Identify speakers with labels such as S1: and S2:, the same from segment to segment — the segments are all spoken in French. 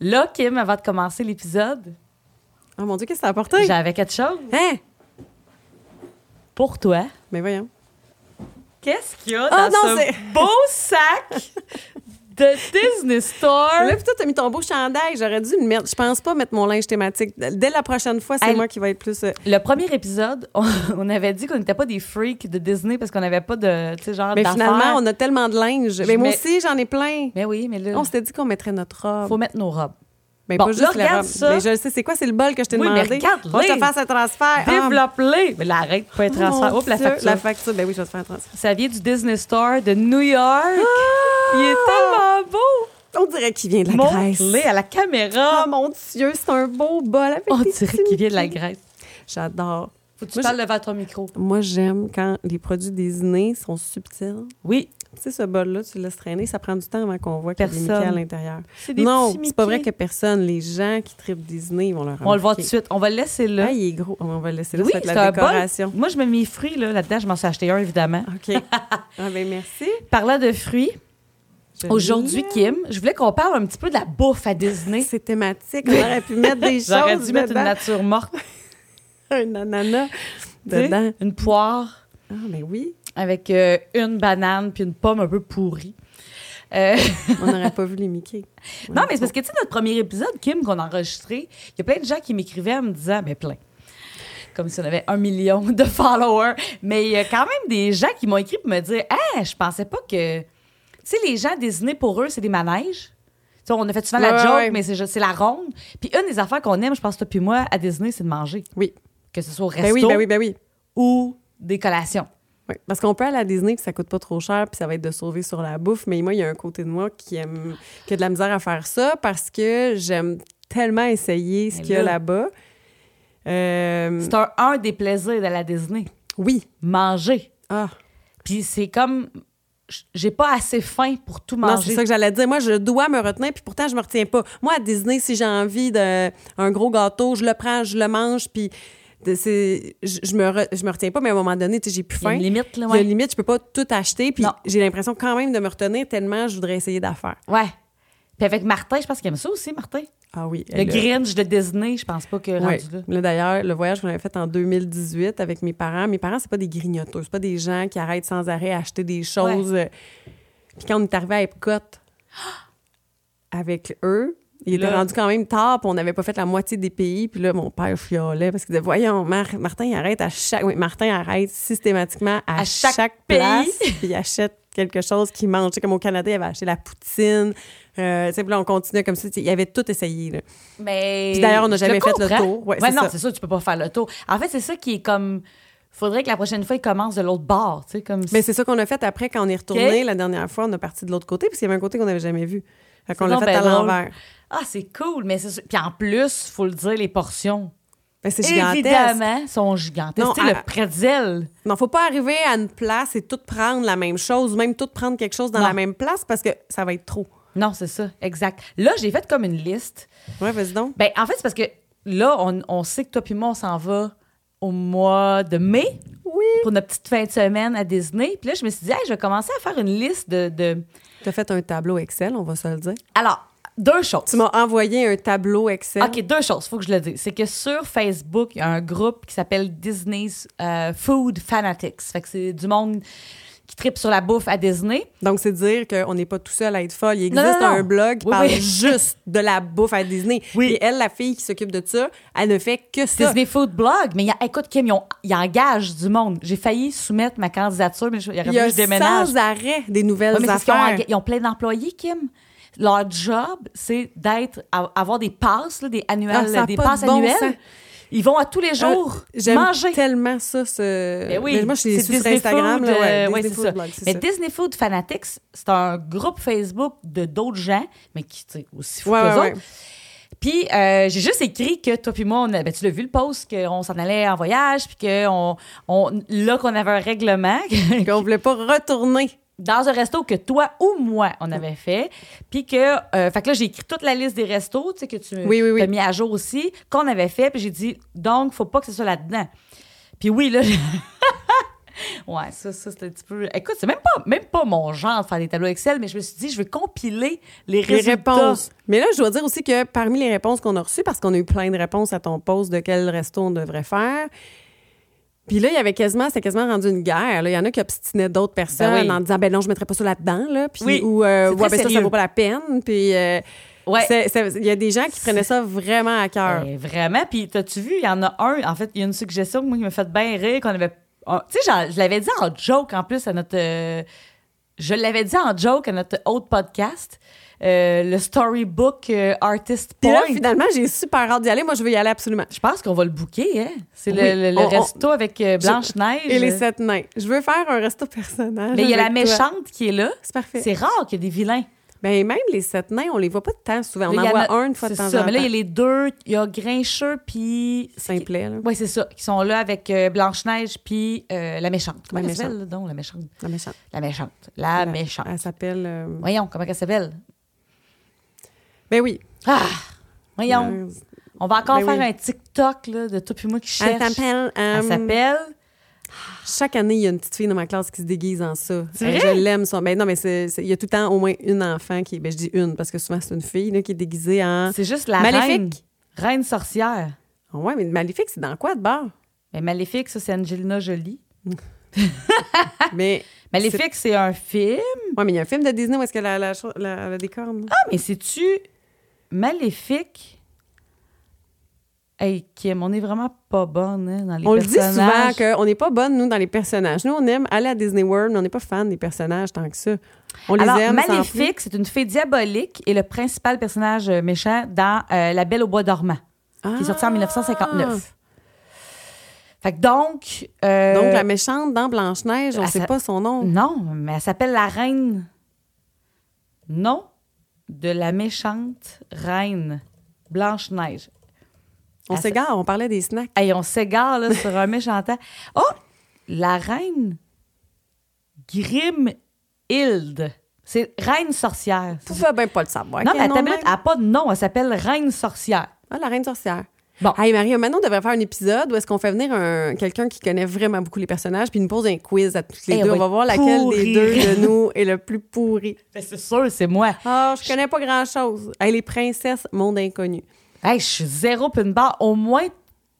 S1: Là, Kim, avant de commencer l'épisode,
S2: Oh mon Dieu, qu'est-ce que t'as apporté?
S1: j'avais quelque chose
S2: Hein?
S1: pour toi.
S2: Mais voyons.
S1: Qu'est-ce qu'il y a
S2: Ah,
S1: dans
S2: non, c'est-
S1: ce beau sac de Disney Store?
S2: Là, plutôt, t'as mis ton beau chandail. J'aurais dû le mettre. Je pense pas mettre mon linge thématique. Dès la prochaine fois, c'est
S1: Elle-
S2: moi qui va être plus. euh,
S1: Le premier épisode, on, on avait dit qu'on n'était pas des freaks de Disney parce qu'on n'avait pas de, tu sais, genre
S2: Mais
S1: d'affaires.
S2: finalement, on a tellement de linge. Mais moi
S1: mets-
S2: aussi, j'en ai plein.
S1: Mais oui, mais là,
S2: On s'était dit qu'on mettrait notre robe.
S1: faut mettre nos robes.
S2: Mais
S1: Bon,
S2: pas juste
S1: là,
S2: la
S1: regarde
S2: robe.
S1: ça.
S2: Mais je le sais, c'est quoi? C'est le bol que je t'ai
S1: Oui, mais
S2: demandé.
S1: regarde-les.
S2: Faut que je te fasse un transfert.
S1: Développe-les! Mais la règle peut
S2: Ah,
S1: être transfert.
S2: mon
S1: Oups, la
S2: Dieu,
S1: facture.
S2: La facture, ben oui, je vais te faire un transfert.
S1: Ça vient du Disney Store de New York. Ah! Il est tellement beau!
S2: On dirait qu'il vient de Ah! la Grèce.
S1: Montre-les à la caméra.
S2: Oh mon Dieu, c'est un beau bol avec
S1: On
S2: des
S1: dirait
S2: petits
S1: qu'il vient de la
S2: Mickey.
S1: Grèce.
S2: J'adore.
S1: Faut que tu
S2: Moi,
S1: parles devant ton micro.
S2: Moi, j'aime quand les produits désignés sont subtils.
S1: Oui.
S2: Tu sais, ce bol-là, tu le laisses traîner, ça prend du temps avant qu'on voit qu'il y a des Mickey
S1: Personne.
S2: à l'intérieur.
S1: C'est des
S2: Non,
S1: petits
S2: c'est pas vrai
S1: Mickey.
S2: que personne, les gens qui tripent Disney, ils vont leur
S1: On le voit tout de
S2: dessus.
S1: suite. On va le laisser là.
S2: Ah, il est gros. On va le laisser là,
S1: oui,
S2: ça va être
S1: c'est
S2: la
S1: un bol.
S2: décoration.
S1: Moi, je mets mes fruits là, là-dedans. je m'en suis acheté un, évidemment.
S2: OK. ah, ben merci.
S1: Parlant de fruits,
S2: Je
S1: aujourd'hui,
S2: l'aime.
S1: Kim, je voulais qu'on parle un petit peu de la bouffe à Disney.
S2: C'est thématique. On aurait pu mettre des choses
S1: J'aurais dû mettre une
S2: dedans.
S1: nature morte,
S2: un ananas
S1: tu sais,
S2: dedans.
S1: une poire
S2: Ah, mais oui.
S1: avec euh, une banane puis une pomme un peu pourrie. Euh,
S2: On n'aurait pas vu les Mickey.
S1: Non, mais c'est parce que, tu sais, notre premier épisode, Kim, qu'on a enregistré, il y a plein de gens qui m'écrivaient en me disant, mais plein. Comme si on avait un million de followers. Mais il y a quand même des gens qui m'ont écrit pour me dire, ah, je pensais pas que. Tu sais, les gens désignés pour eux, c'est des manèges. Tu sais, on a fait souvent la
S2: Ouais,
S1: joke,
S2: ouais.
S1: mais c'est juste- c'est la ronde. Puis une des affaires qu'on aime, je pense, toi puis moi, à Disney, c'est de manger.
S2: Oui.
S1: Que ce soit au resto
S2: Ben oui, ben oui, ben oui.
S1: ou des collations.
S2: Oui, parce qu'on peut aller à Disney puis ça coûte pas trop cher puis ça va être de sauver sur la bouffe mais moi il y a un côté de moi qui aime qui a de la misère à faire ça parce que j'aime tellement essayer ce
S1: Mais
S2: qu'il y a
S1: là-
S2: là-bas. Euh,
S1: C'est un, un des plaisirs d'aller à Disney.
S2: oui.
S1: Manger.
S2: Ah,
S1: Puis c'est comme. J'ai pas assez faim pour tout
S2: non,
S1: manger.
S2: c'est ça que j'allais dire. Moi, je dois me retenir, puis pourtant, je me retiens pas. Moi, à Disney, si j'ai envie d'un gros gâteau, je le prends, je le mange, puis de- c'est- je, je me re- je me retiens pas, mais à un moment donné, tu sais, j'ai plus
S1: Il y a
S2: faim.
S1: une limite, là,
S2: Il y a
S1: ouais.
S2: une limite, je peux pas tout acheter, puis
S1: Non.
S2: j'ai l'impression quand même de me retenir tellement je voudrais essayer d'affaires.
S1: Ouais. Puis avec Martin, je pense qu'il aime ça aussi, Martin.
S2: Ah oui.
S1: Le
S2: elle a-
S1: Grinch de Disney, je pense pas que
S2: Ouais.
S1: rendu là.
S2: Là, d'ailleurs, le voyage qu'on avait fait en 2018 avec mes parents, mes parents, c'est pas des grignoteux, c'est pas des gens qui arrêtent sans arrêt à acheter des choses. Euh, Puis quand on est arrivé à Epcot avec eux, il était
S1: Là.
S2: rendu quand même tard, puis on n'avait pas fait la moitié des pays. Puis là, mon père fiolait parce qu'il disait Voyons, Mar- Martin, il arrête à chaque. Oui, Martin arrête systématiquement à,
S1: À chaque pays.
S2: place, puis il achète quelque chose qu'il mange. Tu sais, comme au Canada, il avait acheté la poutine. Euh, tu sais, puis là, on continuait comme ça. Tu sais, Il avait tout essayé. là.
S1: Mais.
S2: Puis d'ailleurs, on n'a
S1: Je
S2: jamais fait le
S1: comprends.
S2: tour. Ouais,
S1: Ouais,
S2: c'est
S1: non,
S2: ça.
S1: c'est ça, tu peux pas faire le tour. En fait, c'est ça qui est comme. Faudrait que la prochaine fois, il commence de l'autre bord, tu sais, comme.
S2: Mais c'est ça qu'on a fait après quand on est retourné
S1: Ok.
S2: la dernière fois, on est parti de l'autre côté parce qu'il y avait un côté qu'on n'avait jamais vu. Fait qu'on
S1: C'est
S2: l'a
S1: donc
S2: fait à
S1: ben drôle.
S2: l'envers.
S1: Ah, c'est cool, mais c'est sûr- Puis en plus, faut le dire, les portions.
S2: Ben, c'est gigantesque.
S1: Évidemment, sont gigantesques.
S2: Non,
S1: Tu sais,
S2: à-
S1: le pretzel.
S2: Non, faut pas arriver à une place et tout prendre la même chose, ou même tout prendre quelque chose dans
S1: Non.
S2: la même place parce que ça va être trop.
S1: Non, c'est ça, exact. Là, j'ai fait comme une liste.
S2: Ouais, vas-y donc.
S1: Ben, en fait, c'est parce que là, on, on sait que toi puis moi, on s'en va au mois de mai
S2: Oui.
S1: pour notre petite fin de semaine à Disney. Puis là, je me suis dit, Hey, je vais commencer à faire une liste de. de-
S2: Tu as fait un tableau Excel, on va se le dire.
S1: Alors, deux choses.
S2: Tu m'as envoyé un tableau Excel.
S1: OK, deux choses, faut que je le dise. C'est que sur Facebook, il y a un groupe qui s'appelle Disney's euh, Food Fanatics. Fait que c'est du monde qui tripe sur la bouffe à Disney.
S2: Donc, c'est dire qu'on n'est pas tout seul à être folle. Il
S1: Non,
S2: existe
S1: non, non.
S2: un blog qui
S1: Oui,
S2: parle
S1: oui.
S2: juste de la bouffe à Disney.
S1: Oui.
S2: Et elle, la fille qui s'occupe de ça, elle ne fait que ça.
S1: Disney Food Blog. Mais il y a- écoute, Kim, ils, ont- ils engagent du monde. J'ai failli soumettre ma candidature, mais je, il aurait
S2: Il y
S1: fallu
S2: a
S1: que je déménage.
S2: sans arrêt des nouvelles
S1: Ouais, mais c'est ce qu'ils ont
S2: affaires.
S1: enga- ils ont plein d'employés, Kim. Leur job, c'est d'être, à- avoir des passes, là, des annuels,
S2: Ah, ça a
S1: des
S2: pas de
S1: passes
S2: bon
S1: annuelles.
S2: sens.
S1: Ils vont à tous les jours
S2: Euh, J'aime
S1: manger.
S2: tellement ça. Ce...
S1: Ben oui,
S2: Mais moi, je suis
S1: c'est
S2: sur
S1: Disney
S2: Instagram.
S1: Food,
S2: là, ouais,
S1: euh, ouais,
S2: Disney
S1: c'est
S2: Food
S1: ça.
S2: Blog, c'est
S1: Mais
S2: ça.
S1: Disney Food Fanatics, c'est un groupe Facebook de d'autres gens, mais qui, tu sais, aussi fous
S2: Ouais,
S1: qu'eux
S2: ouais,
S1: autres.
S2: ouais.
S1: Puis euh, j'ai juste écrit que toi puis moi, on a- ben, tu l'as vu le post, qu'on s'en allait en voyage, puis que on, on- là qu'on avait un règlement,
S2: Puis On voulait pas retourner.
S1: dans un resto que toi ou moi on avait fait, puis que, euh, fait que là j'ai écrit toute la liste des restos, tu sais que tu
S2: Oui, oui, oui.
S1: t'as mis à jour aussi qu'on avait fait, puis j'ai dit donc faut pas que ce soit là-dedans. Puis oui là, j'ai- Ouais, ça, ça c'est un petit peu. Écoute, c'est même pas, même pas mon genre de faire des tableaux Excel, mais je me suis dit, je vais compiler les,
S2: Les
S1: résultats.
S2: réponses. Mais là, je dois dire aussi que parmi les réponses qu'on a reçues, parce qu'on a eu plein de réponses à ton poste de quel resto on devrait faire, puis là, il y avait quasiment, c'était quasiment rendu une guerre. là. Il y en a qui obstinaient d'autres personnes
S1: Ben oui.
S2: en disant, ben non, je mettrais pas ça là-dedans, là. Puis,
S1: Oui,
S2: ou,
S1: c'est
S2: euh, ouais,
S1: très
S2: ben ça, ça
S1: sérieux.
S2: vaut pas la peine. Puis, euh,
S1: Ouais.
S2: c'est- c'est- il y a des gens qui prenaient ça vraiment à cœur.
S1: Eh, vraiment. Puis, t'as-tu vu, il y en a un. En fait, il y a une suggestion moi, qui m'a fait bien rire, qu'on avait. on- Tu sais, j'en- je l'avais dit en joke en plus à notre. euh, je l'avais dit en joke à notre autre podcast, euh, le Storybook euh, Artist
S2: Puis
S1: Point.
S2: là, finalement, j'ai super hâte d'y aller. Moi, je veux y aller absolument.
S1: je pense qu'on va le booker, hein? C'est le,
S2: Oui,
S1: le- le
S2: on- on-
S1: resto avec euh, Blanche-Neige.
S2: Et les sept nains. Je veux faire un resto personnage.
S1: Mais il y a la
S2: avec toi.
S1: méchante qui est là.
S2: C'est parfait.
S1: C'est rare qu'il y ait des vilains.
S2: Ben, même les sept nains, on les voit pas de temps souvent. On
S1: Là,
S2: en
S1: il y
S2: voit
S1: a-
S2: un une fois de
S1: c'est
S2: temps
S1: ça,
S2: en
S1: mais là, il y
S2: temps.
S1: a les deux. Il y a Grincheux, puis...
S2: Simplet, là.
S1: Oui, c'est ça. Qui sont là avec euh, Blanche-Neige, puis euh, la méchante. Comment
S2: La
S1: elle s'appelle,
S2: méchante.
S1: là, donc, la méchante?
S2: La méchante.
S1: La méchante. La,
S2: La-
S1: méchante.
S2: Elle s'appelle. euh,
S1: Voyons, comment elle s'appelle?
S2: Ben oui.
S1: Ah! Voyons.
S2: Euh,
S1: On va encore
S2: ben
S1: faire
S2: oui.
S1: un TikTok là, de toi puis moi qui
S2: elle
S1: cherche.
S2: s'appelle. euh,
S1: Elle s'appelle...
S2: Chaque année, il y a une petite fille dans ma classe qui se déguise en ça.
S1: C'est
S2: Euh,
S1: vrai?
S2: Je l'aime. Son... Ben non, mais c'est- c'est- il y a tout le temps au moins une enfant qui. Ben je dis une parce que souvent c'est une fille là, qui est déguisée en.
S1: C'est juste la reine.
S2: Hein? Maléfique.
S1: Reine sorcière.
S2: Ah ouais, mais Maléfique, c'est dans quoi de bord?
S1: Mais Maléfique, ça, c'est Angelina Jolie. Ah!
S2: mais
S1: Maléfique, c'est un film.
S2: ouais, mais il y a un film de Disney où est-ce que la, la, cho- la- la décorne?
S1: Ah, mais c'est-tu Maléfique? Hey, Kim, on est vraiment pas bonne hein, dans les
S2: on le dit souvent
S1: personnages.
S2: qu'on n'est pas bonne, nous, dans les personnages. Nous, on aime aller à Disney World, mais on n'est pas fan des personnages tant que ça. On les
S1: Alors,
S2: aime. sans plus.
S1: Maléfique, c'est une fée diabolique et le principal personnage euh, méchant dans euh, La Belle au Bois dormant, qui est sorti en
S2: Ah!
S1: 1959. Fait que donc. euh,
S2: Donc, la méchante dans Blanche-Neige, on
S1: Ah,
S2: sait
S1: ça-
S2: pas son nom.
S1: Non, mais elle s'appelle la reine. Non, de la méchante reine Blanche-Neige.
S2: On
S1: Ah, ça-
S2: s'égare, on parlait des snacks.
S1: Hey, on s'égare là, sur un méchant temps. Oh, la reine Grimhilde. C'est reine sorcière.
S2: Tu pouvais bien pas le savoir.
S1: non,
S2: quel
S1: mais la
S2: nom
S1: tablette
S2: même.
S1: n'a pas de nom. Elle s'appelle reine sorcière.
S2: Ah, la reine sorcière.
S1: Bon.
S2: Hey Marie, maintenant on devrait faire un épisode où est-ce qu'on fait venir un, quelqu'un qui connaît vraiment beaucoup les personnages puis il nous pose un quiz à toutes les
S1: Eh,
S2: deux.
S1: on va
S2: On va
S1: être
S2: voir laquelle
S1: pourris.
S2: des deux de nous est le plus pourri.
S1: Ben, C'est sûr, c'est moi.
S2: Ah, je connais pas grand-chose. Hey, les princesses, monde inconnu.
S1: Hey, je suis zéro puis une barre. Au moins,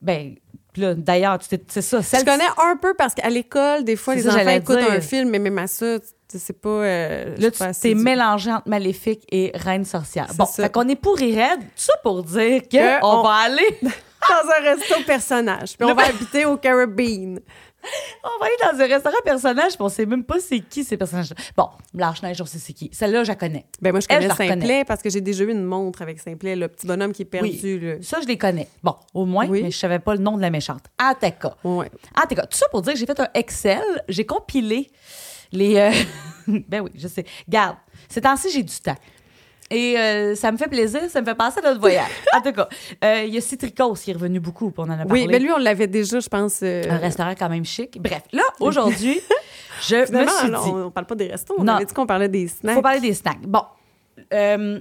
S1: ben, là, d'ailleurs, tu t'es- c'est ça.
S2: Je
S1: celle-
S2: connais un peu parce qu'à l'école, des fois,
S1: C'est
S2: les
S1: ça,
S2: enfants
S1: j'allais
S2: écoutent
S1: dire.
S2: un film, mais même à ça, tu sais pas... euh,
S1: Là,
S2: je suis
S1: tu
S2: pas assez
S1: t'es
S2: du-
S1: mélangé entre Maléfique et Reine Sorcière.
S2: C'est
S1: Bon,
S2: ça.
S1: fait qu'on est pourri raide. Tout ça pour dire que
S2: Que
S1: on,
S2: on-
S1: va aller,
S2: Dans un resto personnage. Puis on
S1: Le-
S2: va habiter au Caribbean.
S1: on va aller dans un restaurant personnage, puis on sait même pas c'est qui ces personnages-là. Bon, Blanche-Neige, on sait c'est qui. Celle-là, je la connais.
S2: Ben moi, je
S1: Elle,
S2: connais
S1: je la
S2: Simplet
S1: reconnais.
S2: parce que j'ai déjà eu une montre avec Simplet, le petit bonhomme qui est Ben, perdu. là.
S1: Oui, ça, je les connais. Bon, au moins,
S2: Oui.
S1: mais je savais pas le nom de la méchante. Ataka.
S2: Ouais.
S1: Ataka. Ah, Tout ça pour dire que j'ai fait un Excel, j'ai compilé les... euh, ben oui, je sais. Garde, ces temps-ci, j'ai du temps. Et euh, ça me fait plaisir, ça me fait penser à notre voyage. en tout cas, euh, il y a Citricos qui est revenu beaucoup, puis on en a parlé.
S2: Oui, mais lui, on l'avait déjà, je pense. euh,
S1: un restaurant quand même chic. Bref, là, aujourd'hui, je me
S2: Finalement,
S1: suis
S2: alors,
S1: dit,
S2: on, on parle pas des restos. On
S1: Non.
S2: avait dit qu'on parlait des
S1: il
S2: snacks.
S1: faut parler des snacks. Bon, euh,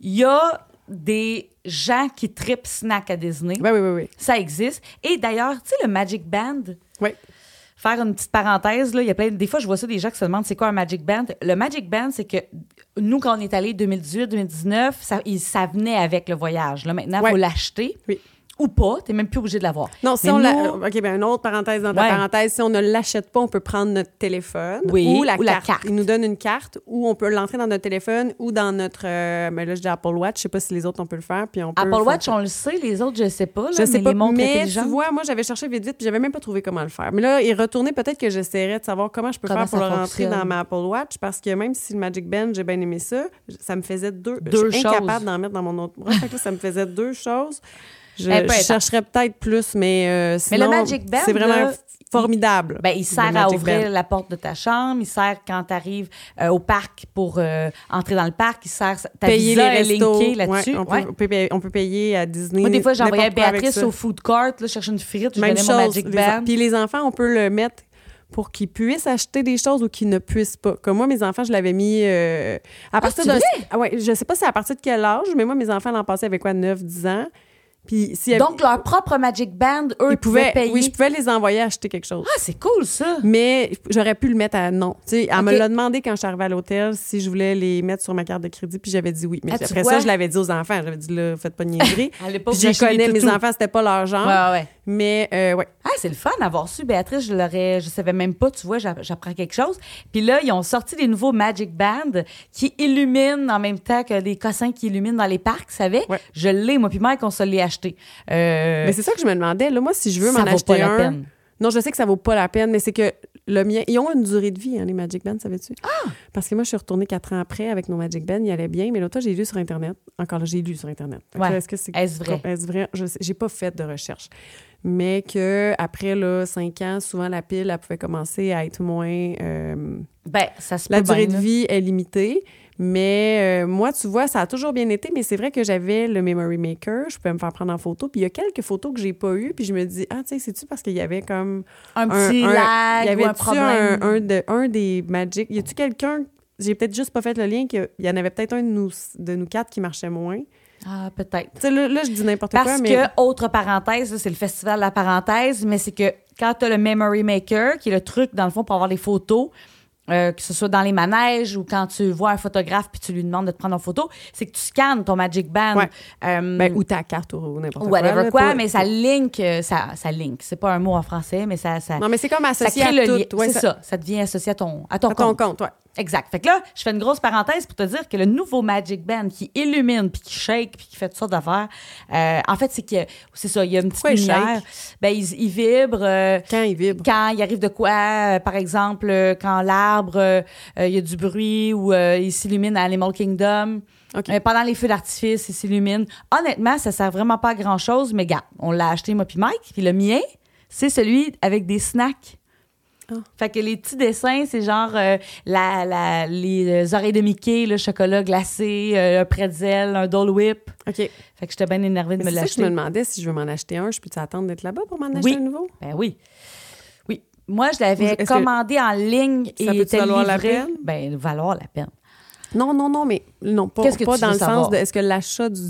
S1: il y a des gens qui tripent snack à Disney.
S2: Ben Oui, oui, oui, oui.
S1: Ça existe. Et d'ailleurs, tu sais, le Magic Band,
S2: Oui.
S1: faire une petite parenthèse, là, il y a plein de... des fois, je vois ça des gens qui se demandent c'est quoi un Magic Band. Le Magic Band, c'est que nous, quand on est allé 2018-2019, ça, il- ça venait avec le voyage. Là, maintenant, il
S2: Ouais.
S1: faut l'acheter.
S2: Oui.
S1: Ou pas, t'es même plus obligé de l'avoir.
S2: Non, si
S1: Mais
S2: on la...
S1: nous-
S2: OK, ben une autre parenthèse dans ta
S1: Ouais.
S2: parenthèse. Si on ne l'achète pas, on peut prendre notre téléphone
S1: Oui,
S2: ou, la,
S1: ou la
S2: carte.
S1: carte.
S2: Il nous donne une carte ou on peut l'entrer dans notre téléphone ou dans notre... euh, ben là, je dis Apple Watch. Je sais pas si les autres, on peut le faire. Puis on peut
S1: Apple
S2: faire-
S1: Watch, on le sait, les autres, je sais pas. Là,
S2: euh, Je sais
S1: mais
S2: pas,
S1: les montres
S2: mais tu
S1: intelligentes,
S2: vois, moi, j'avais cherché vite vite, puis j'avais même pas trouvé comment le faire. Mais là, il retourné, peut-être que j'essaierais de savoir comment je peux
S1: Comment
S2: faire pour le
S1: ça
S2: rentrer
S1: fonctionne.
S2: dans ma Apple Watch, parce que même si le Magic Band, j'ai bien aimé ça, j- ça me faisait deux.
S1: Deux
S2: je suis
S1: choses.
S2: incapable d'en mettre dans mon autre bras. Fait que là, ça me faisait deux choses. Je,
S1: Eh, peu
S2: je
S1: importe.
S2: chercherais peut-être plus, mais euh,
S1: Mais le
S2: sinon,
S1: Magic Band,
S2: c'est vraiment
S1: là,
S2: formidable.
S1: Ben, il
S2: le
S1: sert à
S2: Magic
S1: ouvrir
S2: Band.
S1: la porte de ta chambre, il sert quand tu arrives au parc pour euh, entrer dans le parc, il sert ta
S2: Payer
S1: visa
S2: les
S1: est
S2: restos.
S1: linkée là-dessus.
S2: Ouais, on, peut-
S1: Ouais.
S2: on peut payer, on peut payer à Disney.
S1: Moi, des fois, j'envoyais
S2: n'importe quoi avec
S1: Béatrice
S2: ça.
S1: au food court, là, chercher une frite, je
S2: Même
S1: donnais
S2: chose.
S1: mon Magic
S2: les-
S1: Band.
S2: Puis les enfants, on peut le mettre pour qu'ils puissent acheter des choses ou qu'ils ne puissent pas. Comme moi, mes enfants, je l'avais mis euh, à partir
S1: c'est
S2: d'un-
S1: vrai?
S2: Ah ouais, je sais pas c'est à partir de quel âge, mais moi, mes enfants l'an passé avaient quoi, 9, 10 ans. Puis si
S1: Donc, leur propre Magic Band, eux,
S2: ils pouvaient,
S1: payer.
S2: oui, je pouvais les envoyer acheter quelque chose.
S1: Ah, c'est cool, ça.
S2: Mais j'aurais pu le mettre à non. Tu sais, elle me
S1: Ok.
S2: l'a demandé quand je suis arrivée à l'hôtel si je voulais les mettre sur ma carte de crédit, puis j'avais dit oui. Mais
S1: Ah, tu
S2: après
S1: vois?
S2: ça, je l'avais dit aux enfants. J'avais dit là, faites pas de niaiserie.
S1: Allez pas
S2: puis
S1: vous
S2: je les
S1: acheter des
S2: connais, mes
S1: toutous.
S2: enfants, c'était pas leur genre.
S1: Ouais, ouais, ouais.
S2: Mais euh, ouais.
S1: Ah, c'est le fun d'avoir su, Béatrice. Je l'aurais, je savais même pas, tu vois, j'a- j'apprends quelque chose. Puis là, ils ont sorti des nouveaux Magic Bands qui illuminent en même temps que les cossins qui illuminent dans les parcs, tu savais?
S2: Ouais.
S1: Je l'ai, moi, puis Mike, on se l'est acheté. Euh,
S2: Mais c'est ça que je me demandais. Là, moi, si je veux
S1: Ça
S2: m'en
S1: vaut
S2: acheter
S1: pas la
S2: un.
S1: peine.
S2: Non, je sais que ça vaut pas la peine, mais c'est que le mien. Ils ont une durée de vie, hein, les Magic Bands, savais-tu? Ah! Parce que moi, je suis retournée quatre ans après avec nos Magic Bands, ils allaient bien, mais l'autre, j'ai lu sur Internet. Encore là, j'ai lu sur Internet. Fait que
S1: Ouais.
S2: là, Est-ce que c'est
S1: Est-ce vrai?
S2: Est-ce vrai? Je sais- J'ai pas fait de recherche. Mais que après là, cinq ans, souvent la pile, elle pouvait commencer à être moins. euh,
S1: ben, ça se
S2: la
S1: peut
S2: durée
S1: bien,
S2: de
S1: là.
S2: vie est limitée. Mais euh, moi, tu vois, ça a toujours bien été, mais c'est vrai que j'avais le Memory Maker, je pouvais me faire prendre en photo. Puis il y a quelques photos que j'ai pas eues, puis je me dis, ah, tu sais, c'est-tu parce qu'il y avait comme.
S1: Un petit
S2: il y
S1: lag
S2: avait
S1: ou un problème.
S2: Un, de, un des Magic. Y a-tu quelqu'un, j'ai peut-être juste pas fait le lien, qu'il y en avait peut-être un de nous, de nous quatre qui marchait moins.
S1: Ah, peut-être.
S2: Tu sais, là, là, je dis n'importe quoi,
S1: Parce
S2: mais.
S1: que, autre parenthèse, là, c'est le festival de la parenthèse, mais c'est que quand tu as le Memory Maker, qui est le truc, dans le fond, pour avoir les photos, euh, que ce soit dans les manèges ou quand tu vois un photographe puis tu lui demandes de te prendre en photo, c'est que tu scannes ton Magic Band.
S2: Ouais.
S1: Euh,
S2: Ben, ou ta carte ou n'importe
S1: ou
S2: quoi.
S1: whatever
S2: là,
S1: quoi,
S2: pour-
S1: mais ça link, euh, ça, ça link. C'est pas un mot en français, mais ça, ça,
S2: Non, mais c'est comme
S1: ça
S2: associé
S1: crée le
S2: à tout.
S1: lien.
S2: ouais,
S1: c'est ça. ça, devient associé à ton, à ton
S2: À
S1: compte.
S2: ton compte, ouais.
S1: Exact. Fait que là, je fais une grosse parenthèse pour te dire que le nouveau Magic Band qui illumine, puis qui shake, puis qui fait toutes sortes d'affaires, euh, en fait, c'est que c'est ça, il y a une petite
S2: Pourquoi il
S1: lumière. Ben, il, il vibre. euh,
S2: Quand il vibre.
S1: quand il arrive de quoi, euh, par exemple, euh, quand l'arbre, euh, euh, il y a du bruit ou euh, il s'illumine à Animal Kingdom.
S2: OK.
S1: Euh, pendant les feux d'artifice, il s'illumine. Honnêtement, ça sert vraiment pas à grand-chose, mais gars, on l'a acheté, moi puis Mike. Puis le mien, c'est celui avec des snacks.
S2: Ah.
S1: Fait que les petits dessins, c'est genre euh, la, la- les oreilles de Mickey, le chocolat glacé, euh, un pretzel, un Dole Whip.
S2: OK.
S1: Fait que j'étais bien énervée de
S2: Mais
S1: me
S2: c'est ça que je
S1: l'acheter.
S2: me demandais si je veux m'en acheter un, je peux attendre d'être là-bas pour m'en acheter
S1: Oui.
S2: un nouveau?
S1: Ben oui. Oui. Moi, je
S2: Ou
S1: l'avais
S2: est-ce que
S1: commandé en ligne et
S2: ça peut-tu
S1: était
S2: valoir la
S1: livré.
S2: peine?
S1: Ben, valoir la peine.
S2: Non, non, non, mais non, pas,
S1: Qu'est-ce que
S2: pas
S1: tu
S2: dans
S1: veux
S2: le
S1: savoir?
S2: sens de est-ce que l'achat du.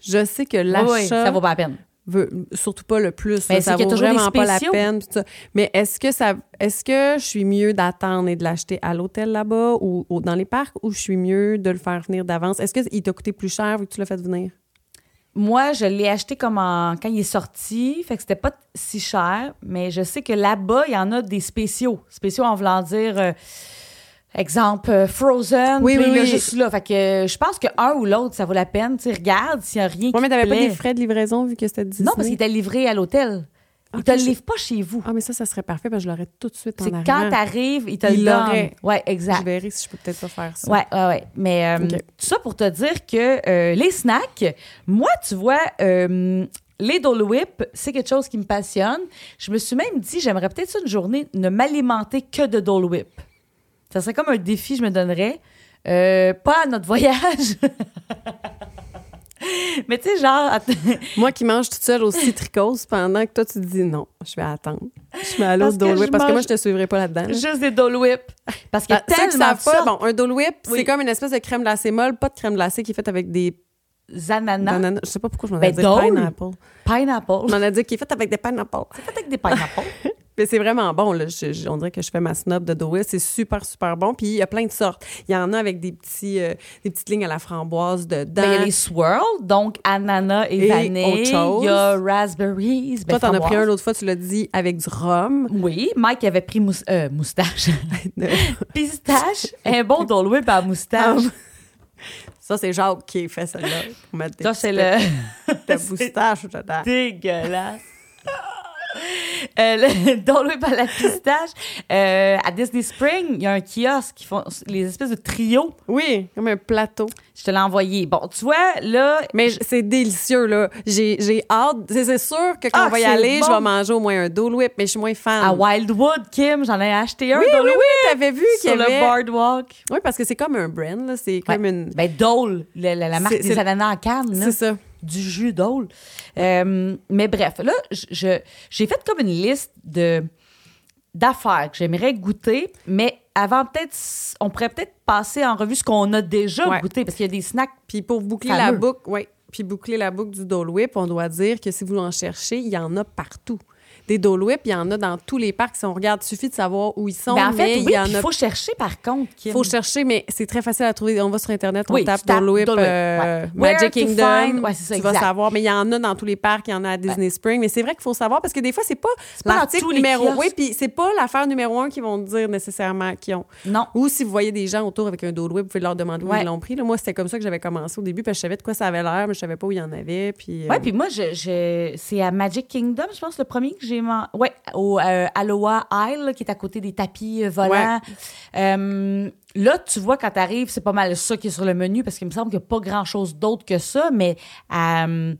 S2: Je sais que
S1: Oui, oui, ça
S2: l'achat
S1: vaut pas la peine.
S2: veut surtout pas le plus.
S1: Mais
S2: là, ça
S1: c'est qu'il y a
S2: vaut
S1: toujours des
S2: vraiment pas la
S1: spéciaux.
S2: peine. tout ça. Mais est-ce que ça est-ce que je suis mieux d'attendre et de l'acheter à l'hôtel là-bas ou, ou dans les parcs ou je suis mieux de le faire venir d'avance? Est-ce qu'il t'a coûté plus cher vu que tu l'as fait venir?
S1: Moi, je l'ai acheté comme en- quand il est sorti, fait que c'était pas si cher, mais je sais que là-bas, il y en a des spéciaux. Spéciaux en voulant dire, euh, exemple, euh, Frozen,
S2: Oui,
S1: puis
S2: oui,
S1: il y a
S2: oui.
S1: juste là. Fait que euh, je pense que un ou l'autre, ça vaut la peine. Tu sais, regarde s'il y a rien
S2: Oui,
S1: qui
S2: mais
S1: te
S2: t'avais pas
S1: plaît.
S2: des frais de livraison vu que c'était Disney?
S1: Non, parce qu'il était livré à l'hôtel.
S2: Ok,
S1: il te le
S2: je-
S1: livre pas chez vous.
S2: Ah, mais ça, ça serait parfait parce que je l'aurais tout de suite en
S1: C'est quand
S2: arrivant.
S1: t'arrives, il te
S2: Il
S1: le donne.
S2: l'aurait.
S1: Ouais, exact.
S2: Je verrai si je peux peut-être pas faire ça.
S1: Ouais, ouais, ouais. Mais euh,
S2: Ok.
S1: tout ça pour te dire que euh, les snacks, moi, tu vois, euh, les Dole Whip, c'est quelque chose qui me passionne. Je me suis même dit, j'aimerais peut-être ça une journée ne m'alimenter que de Dole Whip. Ça serait comme un défi, je me donnerais. Euh, pas à notre voyage. Mais tu sais, genre, att-
S2: Moi qui mange toute seule au citricose pendant que toi tu te dis non, je vais attendre. Je vais aller au
S1: Parce que
S2: Dole Whip
S1: je
S2: parce que moi
S1: mange-
S2: je te suivrai pas là-dedans. là.
S1: juste des Dole Whip. Parce qu'il y a
S2: Ah, Ceux qui
S1: tellement de
S2: savent pas,
S1: sortes.
S2: bon, un Dole Whip,
S1: Oui.
S2: c'est comme une espèce de crème glacée molle, pas de crème glacée qui est faite avec des
S1: Ananas,
S2: bananes. Je sais pas pourquoi je m'en ai
S1: Ben,
S2: dit
S1: Dole.
S2: pineapple.
S1: pineapple.
S2: Je m'en ai dit qui est faite avec des pineapples.
S1: Peut-être des pineapples.
S2: Mais c'est vraiment bon, là. Je- je- on dirait que je fais ma snob de Dole Whip. C'est super, super bon. Puis il y a plein de sortes. Il y en a avec des, petits, euh, des petites lignes à la framboise dedans.
S1: Ben, il y a les swirls, donc ananas et,
S2: Et
S1: vanille.
S2: autre chose.
S1: Il y a raspberries. ben,
S2: toi, t'en as pris un
S1: framboise.
S2: l'autre fois, tu l'as dit, avec du rhum.
S1: Oui, Mike avait pris mous- euh, moustache. Pistache, un bon Dole Whip à moustache.
S2: Ça, c'est Jacques qui fait ça, là. Pour mettre des
S1: Ça, c'est le
S2: petites- des moustaches dedans.
S1: dégueulasse. Euh, le Dole Whip à la pistache. Euh, à Disney Spring, il y a un kiosque qui font les espèces de trios.
S2: Oui, comme un plateau.
S1: Je te l'ai envoyé. Bon, tu vois, là,
S2: Mais j- c'est délicieux, là. J'ai j'ai hâte. C'est c'est sûr que quand
S1: Ah,
S2: on va y
S1: c'est
S2: aller,
S1: bon.
S2: je vais manger au moins un Dole Whip, mais je suis moins fan.
S1: à Wildwood, Kim, j'en ai acheté un
S2: oui,
S1: Dole
S2: oui,
S1: Whip
S2: oui, t'avais vu qu'il y
S1: sur
S2: avait...
S1: le boardwalk.
S2: Oui, parce que c'est comme un brand, là. C'est
S1: Ouais.
S2: comme une...
S1: Ben, Dole, la, la- la marque
S2: C'est-
S1: des
S2: c'est-
S1: ananas en canne, là.
S2: C'est ça.
S1: du jus Dole. Euh, mais bref, là, je- je- j'ai fait comme une liste de d'affaires que j'aimerais goûter, mais avant, peut-être, s- on pourrait peut-être passer en revue ce qu'on a déjà
S2: Ouais.
S1: goûté, parce qu'il y a des snacks.
S2: Puis pour boucler
S1: Fameux.
S2: la boucle, oui, puis boucler la boucle du Dole Whip, on doit dire que si vous en cherchez, il y en a partout. Des Dole Whip, il y en a dans tous les parcs. Si on regarde, il suffit de savoir où ils sont.
S1: Ben, en fait,
S2: mais
S1: oui,
S2: il y en
S1: puis
S2: a
S1: faut chercher par contre.
S2: Il
S1: Kim.
S2: faut chercher, mais c'est très facile à trouver. On va sur Internet, on
S1: Oui,
S2: tape
S1: tu tapes
S2: Dole Whip,
S1: Dole Whip,
S2: euh,
S1: ouais. Where
S2: Magic
S1: to
S2: Kingdom.
S1: find- ouais, c'est ça,
S2: tu vas
S1: exact.
S2: savoir. Mais il y en a dans tous les parcs, il y en a à Disney Springs. Mais c'est vrai qu'il faut savoir parce que des fois, c'est pas
S1: pas dans
S2: l'article
S1: tous les
S2: numéro.
S1: kiosques.
S2: Oui, puis c'est pas l'affaire numéro un qu'ils vont te dire nécessairement qu'ils ont.
S1: Non.
S2: Ou si vous voyez des gens autour avec un Dole Whip, vous pouvez leur demander où
S1: Ouais.
S2: ils l'ont pris. Là, moi, c'était comme ça que j'avais commencé au début parce que je savais de quoi ça avait l'air, mais je savais pas où il y en avait. Puis, euh,
S1: Ouais, puis moi, je, je- c'est à Magic Kingdom, je pense, le premier que j'ai mangé. Ouais, au euh, Aloha Isle, là, qui est à côté des tapis euh, volants. Euh, là, tu vois, quand t'arrives, c'est pas mal ça qui est sur le menu, parce qu'il me semble qu'il n'y a pas grand-chose d'autre que ça, mais euh,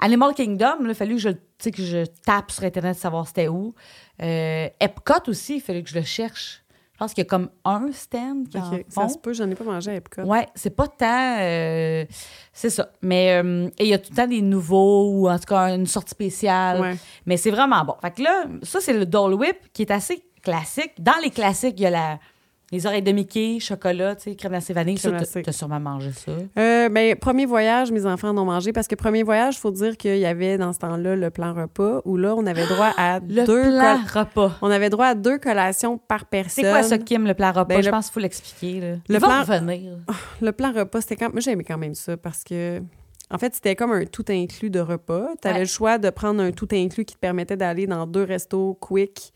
S1: Animal Kingdom, il a fallu que je, tu sais, que je tape sur Internet pour savoir c'était où. Euh, Epcot aussi, il fallait que je le cherche. Je pense qu'il y a comme un stand qui en
S2: ok, ça
S1: font.
S2: se peut, j'en ai pas mangé à Epcot.
S1: Ouais, c'est pas tant. euh, c'est ça. Mais euh, et il y a tout le temps des nouveaux ou en tout cas une sortie spéciale.
S2: Ouais.
S1: Mais c'est vraiment bon. Fait que là, ça, c'est le Dole Whip qui est assez classique. Dans les classiques, il y a la, les oreilles de Mickey, chocolat, tu sais, crème glacée vanille.
S2: Crème
S1: Ça,
S2: glacée.
S1: t'as- t'as sûrement mangé ça.
S2: Euh, ben, premier voyage, mes enfants en ont mangé parce que premier voyage, faut dire qu'il y avait dans ce temps-là le plan repas où là, on avait droit à
S1: Le
S2: deux
S1: plat
S2: col-
S1: repas.
S2: on avait droit à deux collations par personne.
S1: C'est quoi ça, Kim, le plat repas?
S2: Ben,
S1: Je
S2: le-
S1: pense qu'il faut l'expliquer. Le
S2: Le
S1: Ils
S2: plan-
S1: vont revenir.
S2: Le plan repas, c'était quand moi j'aimais quand même ça parce que en fait, c'était comme un tout inclus de repas. Tu avais
S1: Ouais.
S2: le choix de prendre un tout inclus qui te permettait d'aller dans deux restos quick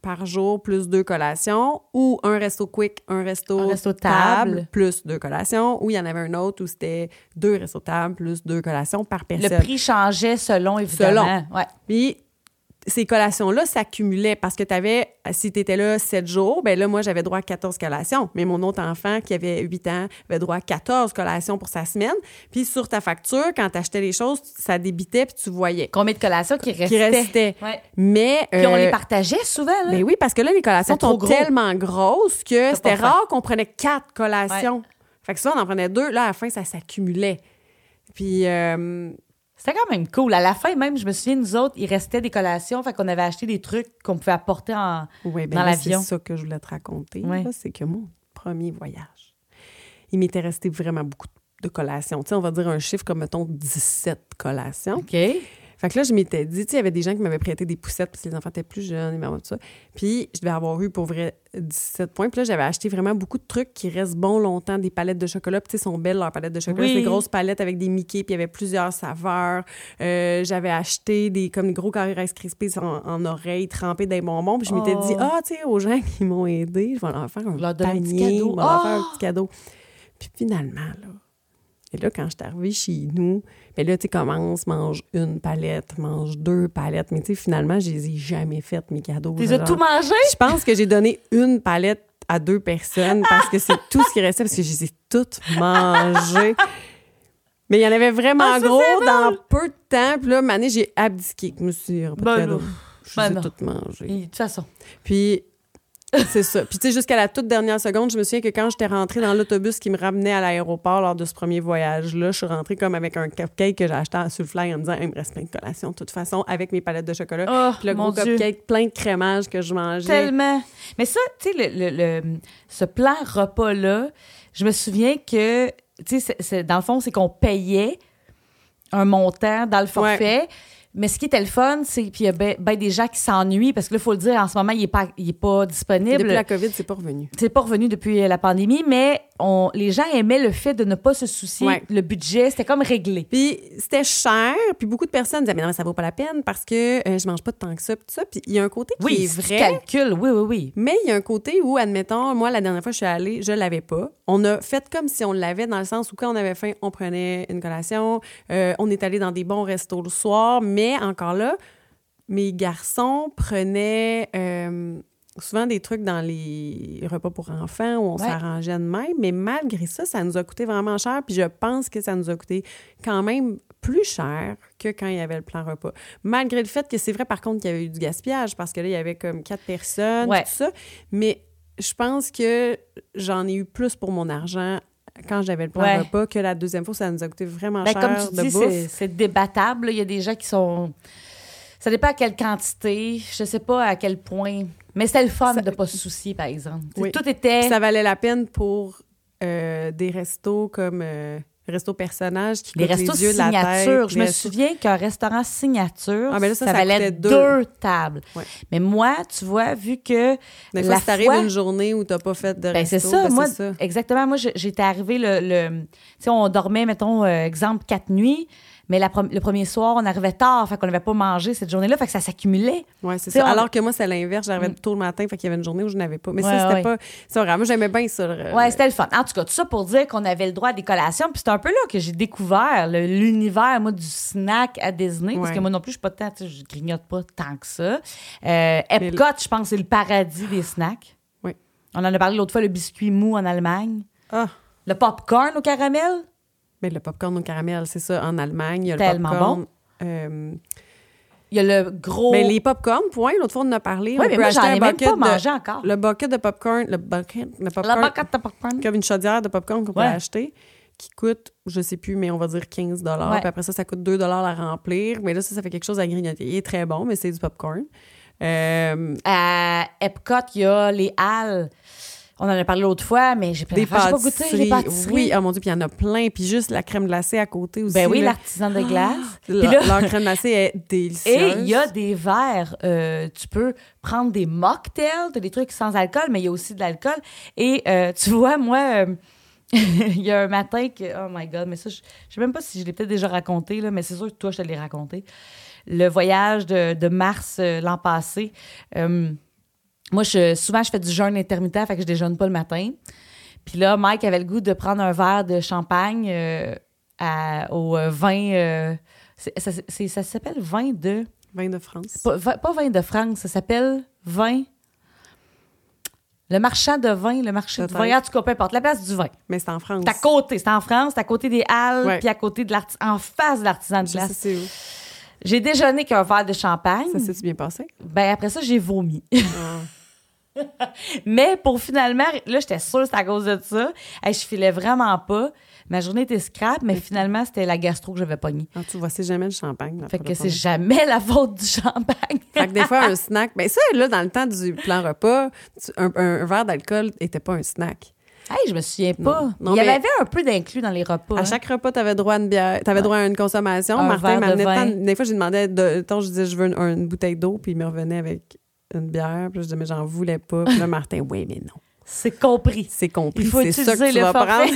S2: par jour plus deux collations ou un resto quick, un resto,
S1: Un resto table.
S2: plus deux collations ou il y en avait un autre où c'était deux restos table plus deux collations par
S1: Le
S2: personne.
S1: prix changeait selon, évidemment. Ouais.
S2: Puis ces collations-là s'accumulaient parce que tu avais, si tu étais là 7 jours, ben là, moi, j'avais droit à 14 collations. Mais mon autre enfant, qui avait 8 ans, avait droit à 14 collations pour sa semaine. Puis sur ta facture, quand tu achetais les choses, ça débitait puis tu voyais.
S1: Combien de collations qui restaient?
S2: Qui restait.
S1: Ouais.
S2: Mais.
S1: Puis on les
S2: euh,
S1: partageait souvent. Là.
S2: ben oui, parce que là, les collations
S1: C'est trop
S2: sont
S1: gros.
S2: tellement grosses que
S1: pas
S2: c'était
S1: faim.
S2: rare qu'on prenait quatre collations. Fait que ça, on en prenait deux. Là, à la fin, ça s'accumulait. Puis. euh,
S1: C'était quand même cool. À la fin, même, je me souviens, nous autres, il restait des collations. Fait qu'on avait acheté des trucs qu'on pouvait apporter en.
S2: Oui, ben
S1: dans
S2: là,
S1: l'avion.
S2: C'est ça que je voulais te raconter.
S1: Ouais.
S2: là, c'est que mon premier voyage, il m'était resté vraiment beaucoup de collations. Tu sais, on va dire un chiffre comme, mettons, 17 collations.
S1: OK.
S2: Fait que là, je m'étais dit, tu sais, il y avait des gens qui m'avaient prêté des poussettes parce que les enfants étaient plus jeunes, et tout ça. Puis, je devais avoir eu pour vrai 17 points. Puis là, j'avais acheté vraiment beaucoup de trucs qui restent bons longtemps, des palettes de chocolat. Puis, tu sais, sont belles, leurs palettes de chocolat.
S1: Oui.
S2: C'est des grosses palettes avec des Mickey, puis il y avait plusieurs saveurs. Euh, j'avais acheté des, comme des gros carrés Rice crispés en, en oreilles, trempés dans les bonbons. Puis, je m'étais
S1: Oh.
S2: dit, ah, tu sais, aux gens qui m'ont aidé, je vais leur faire un
S1: Leur donner un
S2: panier,
S1: petit
S2: je
S1: cadeau.
S2: vais leur
S1: Oh!
S2: faire un petit cadeau. Puis, finalement, là, et là, quand je suis arrivée chez nous, mais là, tu sais, commence, mange une palette, mange deux palettes. Mais tu sais, finalement, je les ai jamais faites, mes cadeaux.
S1: Tu les as
S2: Genre,
S1: tout mangé?
S2: Je pense que j'ai donné une palette à deux personnes parce que c'est tout ce qui restait, parce que je les ai toutes mangées. Mais il y en avait vraiment
S1: Ah, ça,
S2: gros
S1: c'est
S2: dans peu de temps. Puis là, mané, j'ai abdiqué. Je me suis dit, ah, pas
S1: Ben
S2: de
S1: là.
S2: cadeaux. Je
S1: Ben
S2: les ai
S1: non.
S2: toutes mangées.
S1: Et de toute façon.
S2: Puis c'est ça. Puis tu sais, jusqu'à la toute dernière seconde, je me souviens que quand j'étais rentrée dans l'autobus qui me ramenait à l'aéroport lors de ce premier voyage-là, je suis rentrée comme avec un cupcake que j'ai acheté sur le fly en me disant, il me reste plein de collations de toute façon avec mes palettes de chocolat.
S1: Oh,
S2: Puis le
S1: mon
S2: gros
S1: Dieu.
S2: cupcake, plein de crémage que je mangeais.
S1: Tellement. Mais ça, tu sais, le, le- le- ce plan repas-là, je me souviens que, tu sais, c'est- c'est- dans le fond, c'est qu'on payait un montant dans le forfait. Mais ce qui était le fun, c'est qu'il y a ben, ben des gens qui s'ennuient parce que là, il faut le dire, en ce moment, il n'est pas, il est pas disponible.
S2: Depuis la COVID, c'est pas revenu.
S1: c'est pas revenu depuis la pandémie, mais on, les gens aimaient le fait de ne pas se soucier.
S2: Ouais.
S1: Le budget, c'était comme réglé.
S2: Puis c'était cher, puis beaucoup de personnes disaient mais non mais ça vaut pas la peine parce que euh, je mange pas tant que ça puis tout ça. Puis il y a un côté qui
S1: Oui,
S2: est
S1: si tu
S2: vrai.
S1: calcules, oui, oui, oui.
S2: Mais il y a un côté où, admettons, moi, la dernière fois que je suis allée, je l'avais pas. On a fait comme si on l'avait, dans le sens où quand on avait faim, on prenait une collation. Euh, on est allé dans des bons restos le soir. Mais encore là, mes garçons prenaient euh, souvent des trucs dans les repas pour enfants où on
S1: Ouais.
S2: s'arrangeait de même. Mais malgré ça, ça nous a coûté vraiment cher. Puis je pense que ça nous a coûté quand même plus cher que quand il y avait le plan repas. Malgré le fait que c'est vrai, par contre, qu'il y avait eu du gaspillage parce que là, il y avait comme quatre personnes,
S1: Ouais.
S2: tout ça. Mais je pense que j'en ai eu plus pour mon argent quand j'avais le plan
S1: Ouais.
S2: repas que la deuxième fois. Ça nous a coûté vraiment
S1: Ben,
S2: cher
S1: comme tu
S2: de
S1: dis,
S2: bouffe.
S1: c'est- c'est débattable. là. Il y a des gens qui sont. Ça dépend à quelle quantité. Je sais pas à quel point. Mais c'était le fun
S2: Ça-
S1: de pas se soucier, par exemple. Tu sais,
S2: Oui.
S1: Tout était.
S2: Puis ça valait la peine pour euh, des restos comme euh, restos personnages qui
S1: Les
S2: coûtent
S1: restos
S2: les yeux de la tête.
S1: signature. Je
S2: les
S1: me
S2: restos-
S1: souviens qu'un restaurant signature,
S2: Ah, ben là,
S1: ça,
S2: ça, ça
S1: valait
S2: coûtait
S1: deux.
S2: deux.
S1: tables.
S2: Ouais.
S1: Mais moi, tu vois, vu que
S2: Des fois,
S1: la
S2: si t'arrives
S1: fois-
S2: une journée où t'as pas fait
S1: Ben,
S2: de resto,
S1: c'est ça,
S2: ben,
S1: moi,
S2: c'est ça.
S1: exactement. Moi, je- j'étais arrivée le. le- tu sais, on dormait, mettons, euh, exemple, quatre nuits, mais la prom- le premier soir, on arrivait tard, fait qu'on n'avait pas mangé cette journée-là, fait que ça s'accumulait.
S2: Ouais, c'est
S1: Tu sais,
S2: ça.
S1: on- Mm.
S2: Alors que moi, c'est l'inverse. J'arrivais tôt le matin, fait qu'il y avait une journée où je n'avais pas. Mais
S1: Ouais,
S2: ça, c'était
S1: ouais.
S2: pas. C'est vrai. Moi, j'aimais bien ça. le-
S1: Ouais,
S2: le-
S1: c'était le fun. En tout cas, tout ça pour dire qu'on avait le droit à des collations. Puis c'est un peu là que j'ai découvert le- l'univers, moi, du snack à Disney. Parce
S2: Ouais.
S1: que moi non plus, je suis pas tant, tu sais, je grignote pas tant que ça. Euh, Epcot, je pense, c'est le paradis des snacks.
S2: Oui.
S1: On en a parlé l'autre fois, le biscuit mou en Allemagne.
S2: Ah,
S1: Le popcorn au caramel.
S2: mais le popcorn au caramel, c'est ça, en Allemagne. Il y a
S1: Tellement
S2: le popcorn. euh,
S1: Il y a le gros.
S2: Mais Ben, les popcorn, point. L'autre fois, on en a parlé.
S1: Oh. Ouais,
S2: on
S1: mais
S2: peut
S1: moi, j'en
S2: acheter un
S1: ai même
S2: bucket
S1: pas
S2: de-
S1: mangé encore.
S2: Le bucket de popcorn, le bucket, le
S1: La
S2: popcorn,
S1: barquette de popcorn.
S2: comme une chaudière de popcorn qu'on peut
S1: Ouais.
S2: acheter, qui coûte, je sais plus, mais on va dire 15
S1: Ouais.
S2: Puis après ça, ça coûte 2 à remplir. Mais là, ça, ça fait quelque chose à grignoter. Il est très bon, mais c'est du popcorn. Euh,
S1: À Epcot, il y a les halles. On en a parlé l'autre fois, mais j'ai plein
S2: des
S1: d'affaires. J'ai pas
S2: pâtisseries.
S1: goûté les pâtisseries.
S2: Oui, oh mon Dieu, puis il y en a plein. Puis juste la crème glacée à côté aussi.
S1: ben oui,
S2: là. Ah!
S1: l'artisan de glace. Puis
S2: Leur,
S1: là-
S2: leur crème glacée est
S1: Et
S2: délicieuse.
S1: il y a des verres. euh, tu peux prendre des mocktails, t'as des trucs sans alcool, mais il y a aussi de l'alcool. Et euh, tu vois, moi, euh, il y a un matin que. Oh my God, mais ça, je je sais même pas si je l'ai peut-être déjà raconté, là, mais c'est sûr que toi, je te l'ai raconté. Le voyage de, de mars euh, l'an passé. euh, moi, je, souvent, je fais du jeûne intermittent, fait que je déjeune pas le matin. Puis là, Mike avait le goût de prendre un verre de champagne euh, à- au euh, vin. euh, c'est- ça c'est- ça s'appelle vin de.
S2: Vin de France.
S1: Pas, vin- pas vin de France, ça s'appelle vin. Le marchand de vin, le marché de
S2: Peut-être.
S1: vin. En tout cas, peu importe. La place du vin.
S2: Mais c'est en France.
S1: C'est à côté, c'est en France, c'est à côté des Halles,
S2: Ouais.
S1: puis à côté de l'artisan, en face de l'artisan de
S2: Je sais
S1: glace.
S2: c'est où.
S1: J'ai déjeuné qu'un verre de champagne.
S2: Ça s'est bien passé?
S1: Ben après ça, j'ai vomi.
S2: Ah.
S1: Mais pour finalement, là, j'étais sûre que c'était à cause de ça. Hey, je filais vraiment pas. Ma journée était scrap, mais finalement, c'était la gastro que j'avais pognée.
S2: Ah, tu vois, c'est jamais le champagne. là,
S1: Fait
S2: Ah, pas
S1: que
S2: le
S1: c'est
S2: problème.
S1: jamais la faute du champagne.
S2: Fait que des fois, un snack. Mais ça, là, dans le temps du plan repas, tu- un, un- un verre d'alcool n'était pas un snack.
S1: Hey, je me souviens pas.
S2: Non,
S1: Il y
S2: mais-
S1: avait un peu d'inclus dans les repas.
S2: À
S1: hein.
S2: chaque repas, tu avais droit à une bière, tu avais droit à une consommation.
S1: Un verre
S2: Martin
S1: de
S2: m'amenait
S1: vin.
S2: tant- Des fois, j'ai demandé, de... tant, je disais, je veux une, une bouteille d'eau, puis il me revenait avec une bière. Puis là, je disais, mais j'en voulais pas. Puis là, Martin, oui, mais non.
S1: C'est compris.
S2: C'est compris.
S1: Il faut
S2: C'est ça que
S1: utiliser
S2: tu
S1: le
S2: vas
S1: forfait
S2: prendre.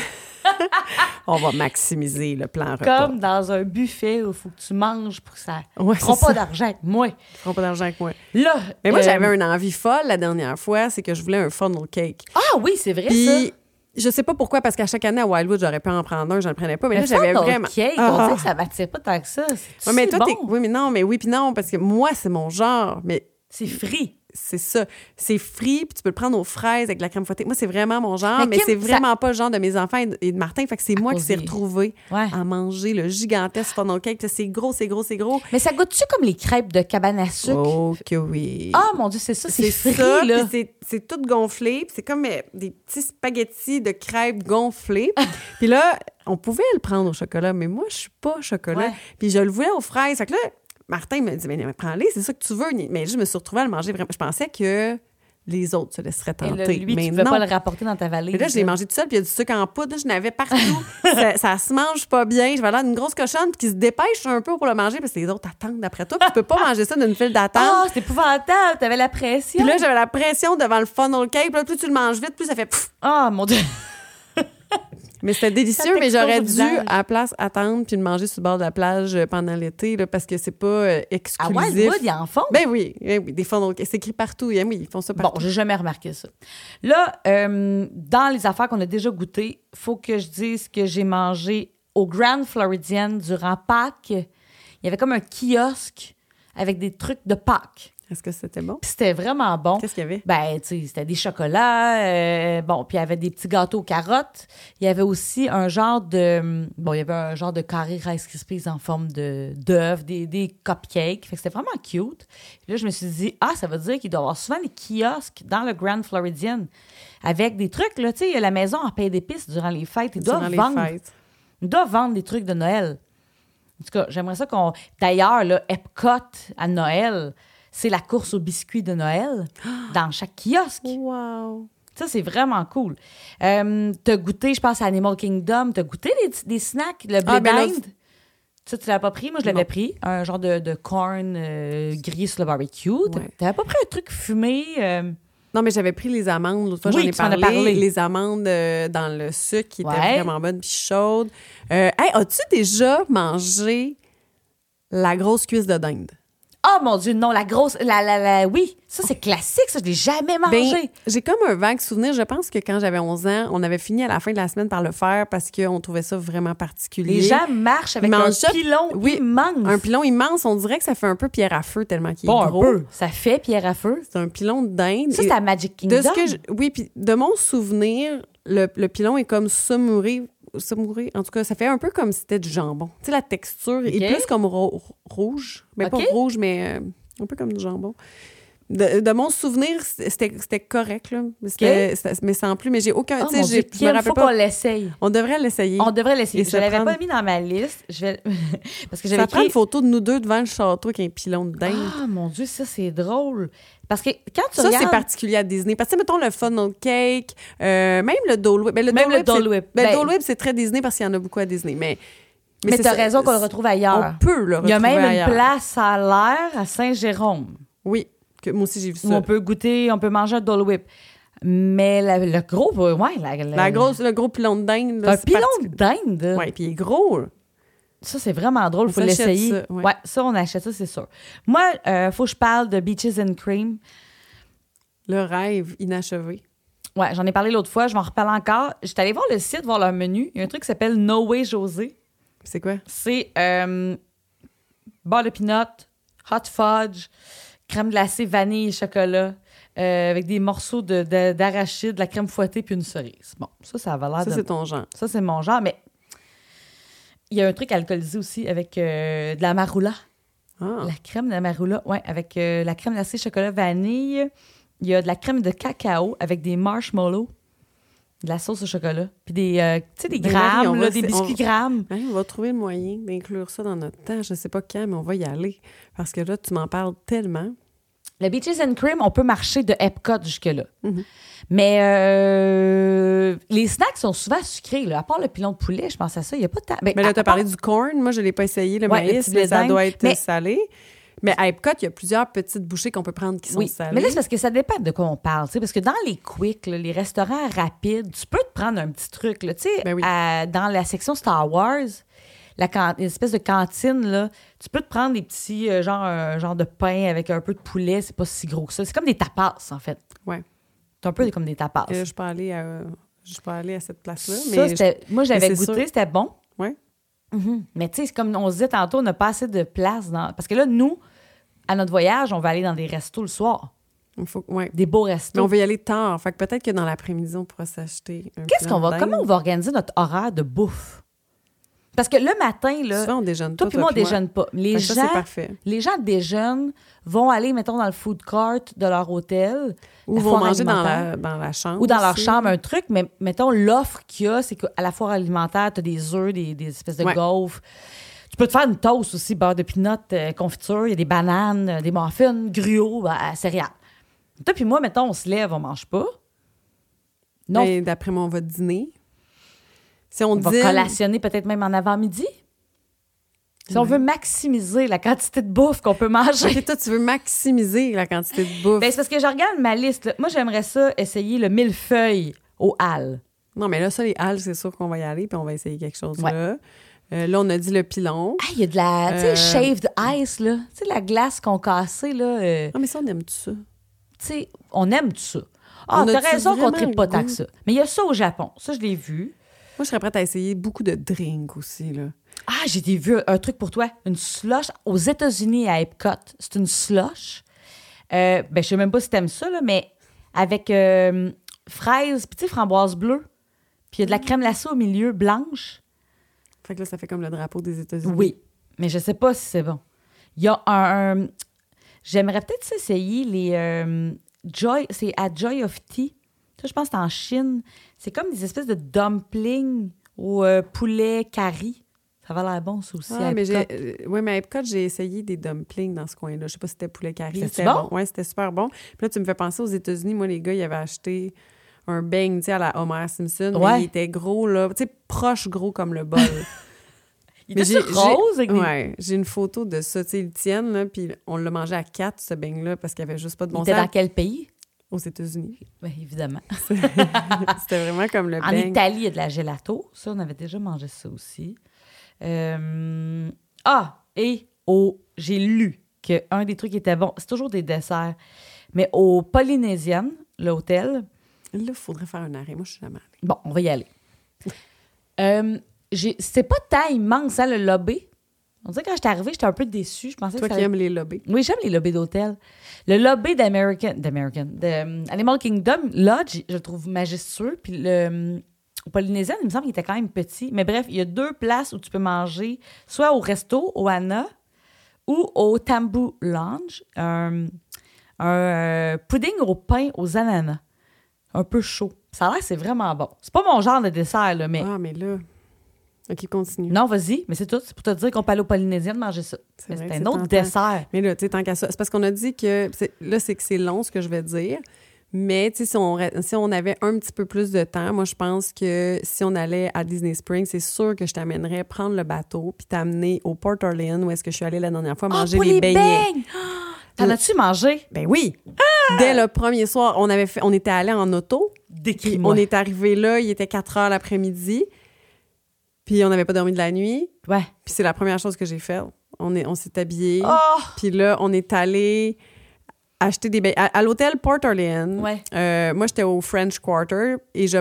S2: On va maximiser le plan repas.
S1: comme dans un buffet où il faut que tu manges pour que ça.
S2: Ouais,
S1: Prends
S2: c'est
S1: pas
S2: ça.
S1: d'argent, avec moi.
S2: Ils feront pas d'argent avec moi.
S1: Là.
S2: Mais moi,
S1: euh,
S2: j'avais une envie folle la dernière fois, c'est que je voulais un funnel cake.
S1: Ah oui, c'est vrai ça.
S2: Puis, je sais pas pourquoi, parce qu'à chaque année à Wildwood, j'aurais pu en prendre un, j'en prenais pas. Mais là,
S1: Le
S2: j'avais
S1: funnel
S2: vraiment.
S1: cake, on
S2: Ah.
S1: dirait que ça m'attire pas tant que ça. C'est
S2: Ouais, mais toi, t'es-
S1: bon.
S2: Oui, mais non, mais oui, puis non, parce que moi, c'est mon genre. Mais
S1: C'est frit.
S2: c'est ça. C'est frit, puis tu peux le prendre aux fraises avec de la crème fouettée. Moi, c'est vraiment mon genre,
S1: Mais
S2: mais,
S1: Kim,
S2: c'est vraiment pas le genre de mes enfants et de- et de Martin. Fait que c'est moi qui
S1: cause
S2: s'est
S1: des-
S2: retrouvée
S1: Ouais.
S2: à manger le gigantesque funnel cake. Puis C'est gros, c'est gros, c'est gros.
S1: Mais ça goûte-tu comme les crêpes de cabane à sucre?
S2: Oh, que oui.
S1: Ah mon Dieu, c'est ça, c'est
S2: C'est
S1: frit,
S2: ça,
S1: là.
S2: puis c'est- c'est tout gonflé, puis c'est comme euh, des petits spaghettis de crêpes gonflés. puis là, on pouvait le prendre au chocolat, mais moi, je suis pas chocolat.
S1: Ouais.
S2: Puis je le voulais aux fraises. Fait que là, Martin me dit, mais, mais prends-les, c'est ça que tu veux. Mais je me suis retrouvée à le manger vraiment. Je pensais que les autres se laisseraient
S1: Et là,
S2: tenter.
S1: lui,
S2: mais
S1: tu peux
S2: non.
S1: pas le rapporter dans ta valise.
S2: Mais là, je l'ai mangé tout seul, puis il y a du sucre en poudre. Là, je n'avais partout. ça, ça se mange pas bien. Je vais l'air d'une grosse cochonne puis qui se dépêche un peu pour le manger parce que les autres attendent après toi. Puis tu peux pas manger ça d'une file d'attente.
S1: Ah, c'est épouvantable, t'avais la pression.
S2: Puis là, j'avais la pression devant le funnel cake. Puis là, plus tu le manges vite, plus ça fait pfff.
S1: Ah mon Dieu.
S2: Mais c'était délicieux,
S1: Ça
S2: mais
S1: t'explose
S2: j'aurais
S1: au
S2: dû,
S1: visage.
S2: à la place, attendre puis le manger sur le bord de la plage euh, pendant l'été, là, parce que c'est pas euh,
S1: À
S2: exclusif.
S1: Ah, Wildwood, ils en font.
S2: Ben oui, ben oui, des funnel cakes. C'est écrit partout. hein, oui, ils font ça
S1: Bon,
S2: partout.
S1: j'ai jamais remarqué ça. Là, euh, dans les affaires qu'on a déjà goûtées, faut que je dise que j'ai mangé au Grand Floridian durant Pâques. Il y avait comme un kiosque avec des trucs de Pâques.
S2: Est-ce que c'était bon?
S1: Puis c'était vraiment bon.
S2: Qu'est-ce qu'il y avait?
S1: Ben, tu sais, c'était des chocolats. euh, bon, puis il y avait des petits gâteaux aux carottes. Il y avait aussi un genre de. mm, Bon, il y avait un genre de carré Rice Krispies en forme de d'œuf, des, des cupcakes. Fait que c'était vraiment cute. Puis là, je me suis dit, ah, ça veut dire qu'il doit y avoir souvent des kiosques dans le Grand Floridian avec des trucs, là. Tu sais, il y a la maison en pain d'épices durant les fêtes. Ils
S2: Durant
S1: doivent
S2: les
S1: vendre
S2: fêtes.
S1: ils doivent vendre des trucs de Noël. En tout cas, j'aimerais ça qu'on. D'ailleurs, là, Epcot à Noël, c'est la course aux biscuits de Noël dans chaque kiosque.
S2: Wow.
S1: Ça, c'est vraiment cool. Euh, t'as goûté, je pense, à Animal Kingdom. T'as goûté des, des snacks, le blé
S2: Ah, ben là,
S1: d'Inde? Ça, tu l'as pas pris? Moi, je l'avais
S2: Non.
S1: pris. Un genre de, de corn euh, grillé sur le barbecue. T'a-
S2: Ouais.
S1: T'avais pas pris un truc fumé? euh,
S2: Non, mais j'avais pris les amandes. L'autre fois,
S1: Oui,
S2: j'en ai
S1: tu en as
S2: parlé,
S1: parlé.
S2: Les amandes euh, dans le sucre qui
S1: Ouais.
S2: étaient vraiment bonnes puis chaudes. Euh, hey, as-tu déjà mangé la grosse cuisse de dinde?
S1: Oh mon Dieu, non, la grosse. La, la, la, oui, ça, c'est classique, ça, je l'ai jamais
S2: Oh. Ben,
S1: mangé.
S2: j'ai comme un vague souvenir. Je pense que quand j'avais 11 ans, on avait fini à la fin de la semaine par le faire parce qu'on trouvait ça vraiment particulier.
S1: Les gens marchent avec
S2: Ils
S1: un
S2: mangent ça-
S1: pilon
S2: oui,
S1: immense.
S2: Un pilon immense, on dirait que ça fait un peu pierre à feu tellement qu'il
S1: Bon,
S2: est
S1: un
S2: gros.
S1: peu. Ça fait pierre à feu.
S2: C'est un pilon de dinde.
S1: Ça,
S2: Et
S1: c'est à Magic Kingdom.
S2: de ce que je- oui, puis de mon souvenir, le, le pilon est comme samouré. samouré. En tout cas, ça fait un peu comme si c'était du jambon. Tu sais, la texture
S1: Ok.
S2: est plus comme ro- rouge. Mais
S1: Ok.
S2: pas rouge, mais euh, un peu comme du jambon. De, de mon souvenir, c'était c'était correct, là. Mais c'était- c'était- Mais sans plus. Mais j'ai aucun.
S1: Oh,
S2: tu
S1: mon
S2: sais,
S1: Dieu,
S2: j'ai- je
S1: Kim,
S2: me rappelle
S1: faut qu'on
S2: pas.
S1: l'essaye.
S2: On devrait l'essayer.
S1: On devrait l'essayer.
S2: Et
S1: Je
S2: se
S1: l'avais pas
S2: prendre-
S1: mis dans ma liste. Je vais... Parce que j'avais
S2: Ça prend
S1: écrit...
S2: une photo de nous deux devant le château avec un pilon de dinde.
S1: Ah, mon Dieu, ça, c'est drôle. Parce que quand tu
S2: Ça,
S1: regardes...
S2: c'est particulier à Disney. Parce que, mettons, le funnel cake, euh, même le Dole Whip. Ben, le
S1: Même
S2: Dole
S1: le
S2: Whip, c'est-
S1: Dole Whip.
S2: Ben,
S1: Ben-
S2: Dole Whip, c'est très Disney parce qu'il y en a beaucoup à Disney. Mais,
S1: Mais
S2: c'est
S1: t'as
S2: ça-
S1: raison qu'on le retrouve ailleurs.
S2: On peut le retrouver
S1: Il y a même
S2: ailleurs.
S1: une place à l'air à Saint-Jérôme
S2: Oui, que, moi aussi, j'ai vu ça.
S1: où on peut goûter, on peut manger un Dole Whip. Mais la- le gros... Ouais, la, la-
S2: La grosse, le gros pilon de dinde.
S1: Un pilon d'Inde.
S2: Oui, puis il est gros. là.
S1: Ça, c'est vraiment drôle.
S2: On
S1: faut
S2: s'achète
S1: l'essayer.
S2: ça, ouais.
S1: ouais, ça, on achète ça, c'est sûr. Moi, euh, faut que je parle de Beaches and Cream.
S2: Le rêve inachevé.
S1: Ouais, j'en ai parlé l'autre fois, je m'en reparle encore. J'étais allée voir le site, voir leur menu. Il y a un truc qui s'appelle No Way José.
S2: C'est quoi?
S1: C'est euh, beurre de peanut, hot fudge, crème glacée, vanille et chocolat, euh, avec des morceaux de- de- d'arachide, de, la crème fouettée puis une cerise. Bon, ça, ça avait l'air
S2: Ça,
S1: Ah, de
S2: c'est ton genre.
S1: Ça, c'est mon genre, mais il y a un truc alcoolisé aussi avec euh, de la maroula.
S2: Ah.
S1: La crème de maroula, ouais, avec euh, la crème glacée chocolat vanille. Il y a de la crème de cacao avec des marshmallows, de la sauce au chocolat, puis des, euh, tu sais, des
S2: Ben,
S1: grammes,
S2: Marie, on
S1: là,
S2: va-
S1: des
S2: c'est-
S1: biscuits
S2: on-
S1: grammes.
S2: Hey, Hein, on va trouver le moyen d'inclure ça dans notre temps. Je ne sais pas quand, mais on va y aller. Parce que là, tu m'en parles tellement.
S1: Le Beaches and Cream, on peut marcher de Epcot jusque-là.
S2: Mhm.
S1: Mais euh, les snacks sont souvent sucrés. Là. À part le pilon de poulet, je pense à ça, il n'y a pas de... ta- ben,
S2: Mais là,
S1: à- à
S2: tu as parlé
S1: part-
S2: du corn. Moi, je ne l'ai pas essayé, le
S1: Ouais, le
S2: maïs,
S1: petit
S2: mais ça
S1: bédin.
S2: doit être
S1: Mais-
S2: salé. Mais à Epcot, il y a plusieurs petites bouchées qu'on peut prendre qui sont
S1: Oui,
S2: salées.
S1: mais là, c'est parce que ça dépend de quoi on parle. tu sais, Parce que dans les quicks, là, les restaurants rapides, tu peux te prendre un petit truc. Là, tu sais,
S2: Ben oui.
S1: à- dans la section Star Wars, la can- une espèce de cantine, là, tu peux te prendre des petits, euh, genre, un genre de pain avec un peu de poulet. C'est pas si gros que ça. C'est comme des tapas, en fait.
S2: Ouais.
S1: C'est un peu comme des tapas.
S2: Euh, je peux aller à, euh, je peux aller à cette place-là.
S1: ça,
S2: Mais
S1: c'était- Moi, j'avais
S2: mais c'est
S1: goûté,
S2: sûr. Mm-hmm.
S1: c'était bon.
S2: Ouais.
S1: Mhm. Mais tu sais, c'est comme on se disait tantôt, on n'a pas assez de place. Dans... Parce que là, nous, à notre voyage, on va aller dans des restos le soir.
S2: Il faut, ouais.
S1: Des beaux
S2: Mais on
S1: restos.
S2: veut y aller tard. Fait que peut-être que dans l'après-midi, on pourra s'acheter un
S1: Qu'est-ce
S2: plan
S1: qu'on va.
S2: de
S1: Comment
S2: dinde.
S1: on va organiser notre horaire de bouffe? Parce que le matin, là,
S2: Souvent, on déjeune
S1: toi
S2: pas.
S1: puis moi, on
S2: puis
S1: déjeune pas. Les
S2: Fait que
S1: gens,
S2: ça, c'est parfait.
S1: les gens déjeunent, vont aller, mettons, dans le food court de leur hôtel.
S2: Ou
S1: la
S2: vont
S1: foire
S2: manger dans
S1: alimentaire.
S2: la, dans la chambre.
S1: ou dans leur
S2: aussi.
S1: chambre un truc, mais mettons, l'offre qu'il y a, c'est qu'à la foire alimentaire, t'as des œufs, des, des espèces de
S2: Ouais.
S1: gaufres. Tu peux te faire une toast aussi, beurre de pinot, euh, confiture, il y a des bananes, euh, des muffins, gruau, euh, à, à céréales. Toi puis moi, mettons, on se lève, on mange pas. Non,
S2: Mais Ben, d'après moi, on va dîner. Si on,
S1: on va
S2: dîne-
S1: collationner peut-être même en avant-midi. Si on veut maximiser la quantité de bouffe qu'on peut manger.
S2: Ok, toi, tu veux maximiser la quantité de bouffe.
S1: Ben, c'est parce que je regarde ma liste. là. Moi, j'aimerais ça essayer le millefeuille au hall.
S2: Non, mais là, ça, les halles, c'est sûr qu'on va y aller, puis on va essayer quelque chose
S1: Ouais.
S2: là. Euh, là, on a dit le pilon.
S1: Ah, il y a de la, tu sais,
S2: Euh,
S1: shaved ice, là. Tu sais, la glace qu'on cassait, là. euh,
S2: Ah, mais ça, on aime tout ça.
S1: tu sais, on aime tout ça. Ah,
S2: On
S1: t'as
S2: a-tu
S1: raison qu'on
S2: vraiment
S1: tripe pas
S2: le
S1: tant
S2: goût?
S1: que ça. Mais il y a ça au Japon. Ça, je l'ai vu.
S2: Moi, je serais prête à essayer beaucoup de drinks aussi, là.
S1: Ah, j'ai des- vu un truc pour toi. Une slush aux États-Unis à Epcot. C'est une slush. Euh, ben, je sais même pas si t'aimes ça, là, mais avec euh, fraises, puis tu sais, framboise bleue. Puis il y a de la
S2: Mm.
S1: crème glacée au milieu, blanche.
S2: Fait que là, ça fait comme le drapeau des États-Unis.
S1: Oui, mais je sais pas si c'est bon. Il y a un. J'aimerais peut-être s'essayer les euh, Joy. C'est à Joy of Tea. Ça, je pense que c'est en Chine. C'est comme des espèces de dumplings au euh, poulet curry. Ça va l'air bon, ça aussi.
S2: Ah,
S1: à
S2: mais
S1: Epcot.
S2: j'ai, euh, ouais, mais à Epcot, j'ai essayé des dumplings dans ce coin-là. Je sais pas si c'était poulet carré.
S1: C'était-tu
S2: C'était
S1: bon?
S2: bon. Ouais, c'était super bon. Puis là, tu me fais penser aux États-Unis. Moi, les gars, ils avaient acheté un beigne, tu sais, à la Homer Simpson. mais
S1: Ouais.
S2: il était gros, là. Tu sais, proche gros comme le bol.
S1: Il était sur rose avec des-
S2: Ouais, j'ai une photo de ça. Tu sais, ils le tiennent, là, puis on le mangeait à quatre, ce beigne-là, parce qu'il n'y avait juste pas de
S1: Il
S2: bon
S1: était dans
S2: sens.
S1: quel pays?
S2: Aux États-Unis.
S1: Ben, évidemment.
S2: C'était vraiment comme le
S1: En
S2: beigne.
S1: Italie, il y a de la gelato. Ça, on avait déjà mangé ça aussi. Euh, Ah, et au... j'ai lu qu'un des trucs qui était bon, c'est toujours des desserts, mais au Polynésien, l'hôtel,
S2: Là, il faudrait faire un arrêt. Moi, je suis jamais allée.
S1: bon, on va y aller. Euh, j'ai- c'est pas tant immense, hein, le lobby. On dirait que quand j'étais arrivée, j'étais un peu déçue. Je pensais
S2: Toi
S1: que
S2: qui
S1: ça
S2: aimes les lobbies.
S1: Oui, j'aime les lobbies d'hôtel. Le lobby d'American, d'American, d'Animal Kingdom Lodge, je le trouve majestueux. Puis le hum, au Polynésien, il me semble qu'il était quand même petit. Mais bref, il y a deux places où tu peux manger, soit au resto, au Hana, ou au Tambu Lounge, un, un, euh, pudding au pain aux ananas, un peu chaud. Ça a l'air, c'est vraiment bon. C'est pas mon genre de dessert, là, mais...
S2: Ah, mais là. OK, continue.
S1: Non, vas-y, mais c'est tout. C'est pour te dire qu'on peut aller au Polynésien de manger ça.
S2: C'est
S1: Mais
S2: vrai
S1: C'est
S2: que
S1: un
S2: c'est
S1: autre
S2: tentant.
S1: dessert.
S2: Mais là, tu sais, tant qu'à ça, c'est parce qu'on a dit que. c'est- Là, c'est que c'est long ce que je vais dire. Mais tu sais, si on, re- si on avait un petit peu plus de temps, moi, je pense que si on allait à Disney Springs, c'est sûr que je t'amènerais prendre le bateau puis t'amener au Port Orleans où est-ce que je suis allée la dernière fois
S1: Ah,
S2: manger
S1: pour
S2: les, beignets.
S1: Ah, T'en as-tu mangé?
S2: Ben oui! Dès le premier soir, on avait fait, on était allé en auto. Puis
S1: Décris-moi.
S2: on est arrivé là, il était 4 heures l'après-midi. Puis on n'avait pas dormi de la nuit.
S1: Ouais.
S2: Puis c'est la première chose que j'ai faite. On est- on s'est habillés.
S1: Oh!
S2: Puis là, on est allé acheter des beignets. À, à l'hôtel Port Orleans,
S1: Ouais.
S2: euh, moi, j'étais au French Quarter et je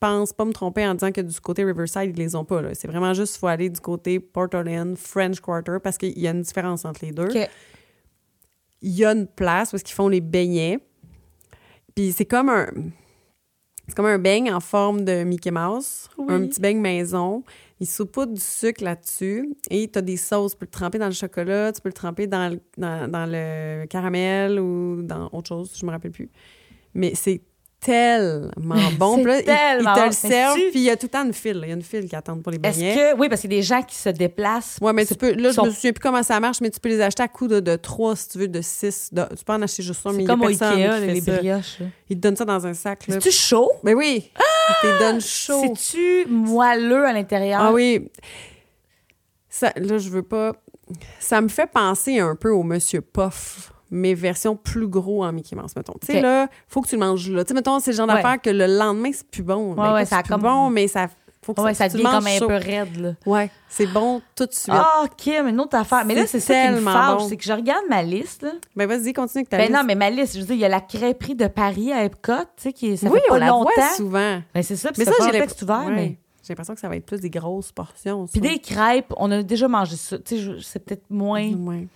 S2: pense pas me tromper en disant que du côté Riverside, ils les ont pas. là. C'est vraiment juste, faut aller du côté Port Orleans, French Quarter, parce qu'il y a une différence entre les deux. Il
S1: OK.
S2: y a une place où ils font les beignets. Puis c'est comme un... C'est comme un beigne en forme de Mickey Mouse,
S1: Oui.
S2: un petit beigne maison. Il saupoudre du sucre là-dessus et tu as des sauces. Tu peux le tremper dans le chocolat, tu peux le tremper dans le, dans, dans le caramel ou dans autre chose, je me rappelle plus. Mais c'est tellement bon.
S1: C'est
S2: Puis là, ils-
S1: tellement
S2: ils, te
S1: bon.
S2: le servent,
S1: C'est-tu-
S2: puis il y a tout le temps une file. là. Il y a une file qui attend pour les
S1: Est-ce
S2: beignets.
S1: que. Oui, parce qu'il y a des gens qui se déplacent.
S2: Ouais, mais tu peux, là,
S1: sont-
S2: je me souviens plus comment ça marche, mais tu peux les acheter à coût de, de 3 si tu veux, de 6. tu peux en acheter juste un, mais
S1: C'est
S2: il y a
S1: comme au
S2: personne
S1: Ikea,
S2: qui fait
S1: les
S2: ça.
S1: brioches. là.
S2: Ils te donnent ça dans un sac. Là.
S1: C'est-tu chaud?
S2: Mais oui, ils te les donnent chaud.
S1: C'est-tu moelleux à l'intérieur?
S2: Ah oui. Ça, là, je veux pas. Ça me fait penser un peu au Monsieur Puff, mais version plus gros en Mickey Mouse, mettons. Tu sais,
S1: Ok.
S2: là, faut que tu le manges là. Tu sais, mettons, c'est le genre
S1: Ouais.
S2: d'affaire que le lendemain, c'est plus bon. Ben,
S1: ouais,
S2: écoute,
S1: ça a
S2: c'est plus
S1: comme-
S2: bon, mais ça. Faut que
S1: Ah Ouais, ça
S2: tu le
S1: devient comme
S2: manges
S1: un
S2: chaud.
S1: peu raide, là.
S2: Ouais, c'est bon tout de suite.
S1: Ah, Kim, une autre affaire. Mais là, c'est
S2: C'est
S1: ça qui me
S2: tellement
S1: fâche.
S2: bon.
S1: C'est que je regarde ma liste, là.
S2: Ben, vas-y, continue avec ta
S1: Ben
S2: liste.
S1: non, mais ma liste, je veux dire, il y a la crêperie de Paris à Epcot, tu sais, qui ça
S2: oui,
S1: fait
S2: on
S1: pas
S2: la
S1: longtemps.
S2: voit souvent.
S1: Ben c'est ça, puis
S2: Mais ça,
S1: ça,
S2: j'ai
S1: j'ai
S2: l'impression-
S1: texte ouvert,
S2: ouais.
S1: mais.
S2: J'ai l'impression que ça va être plus des grosses portions. ça.
S1: Puis des crêpes, on a déjà mangé ça. Tu sais, je- c'est peut-être moins
S2: Ouais.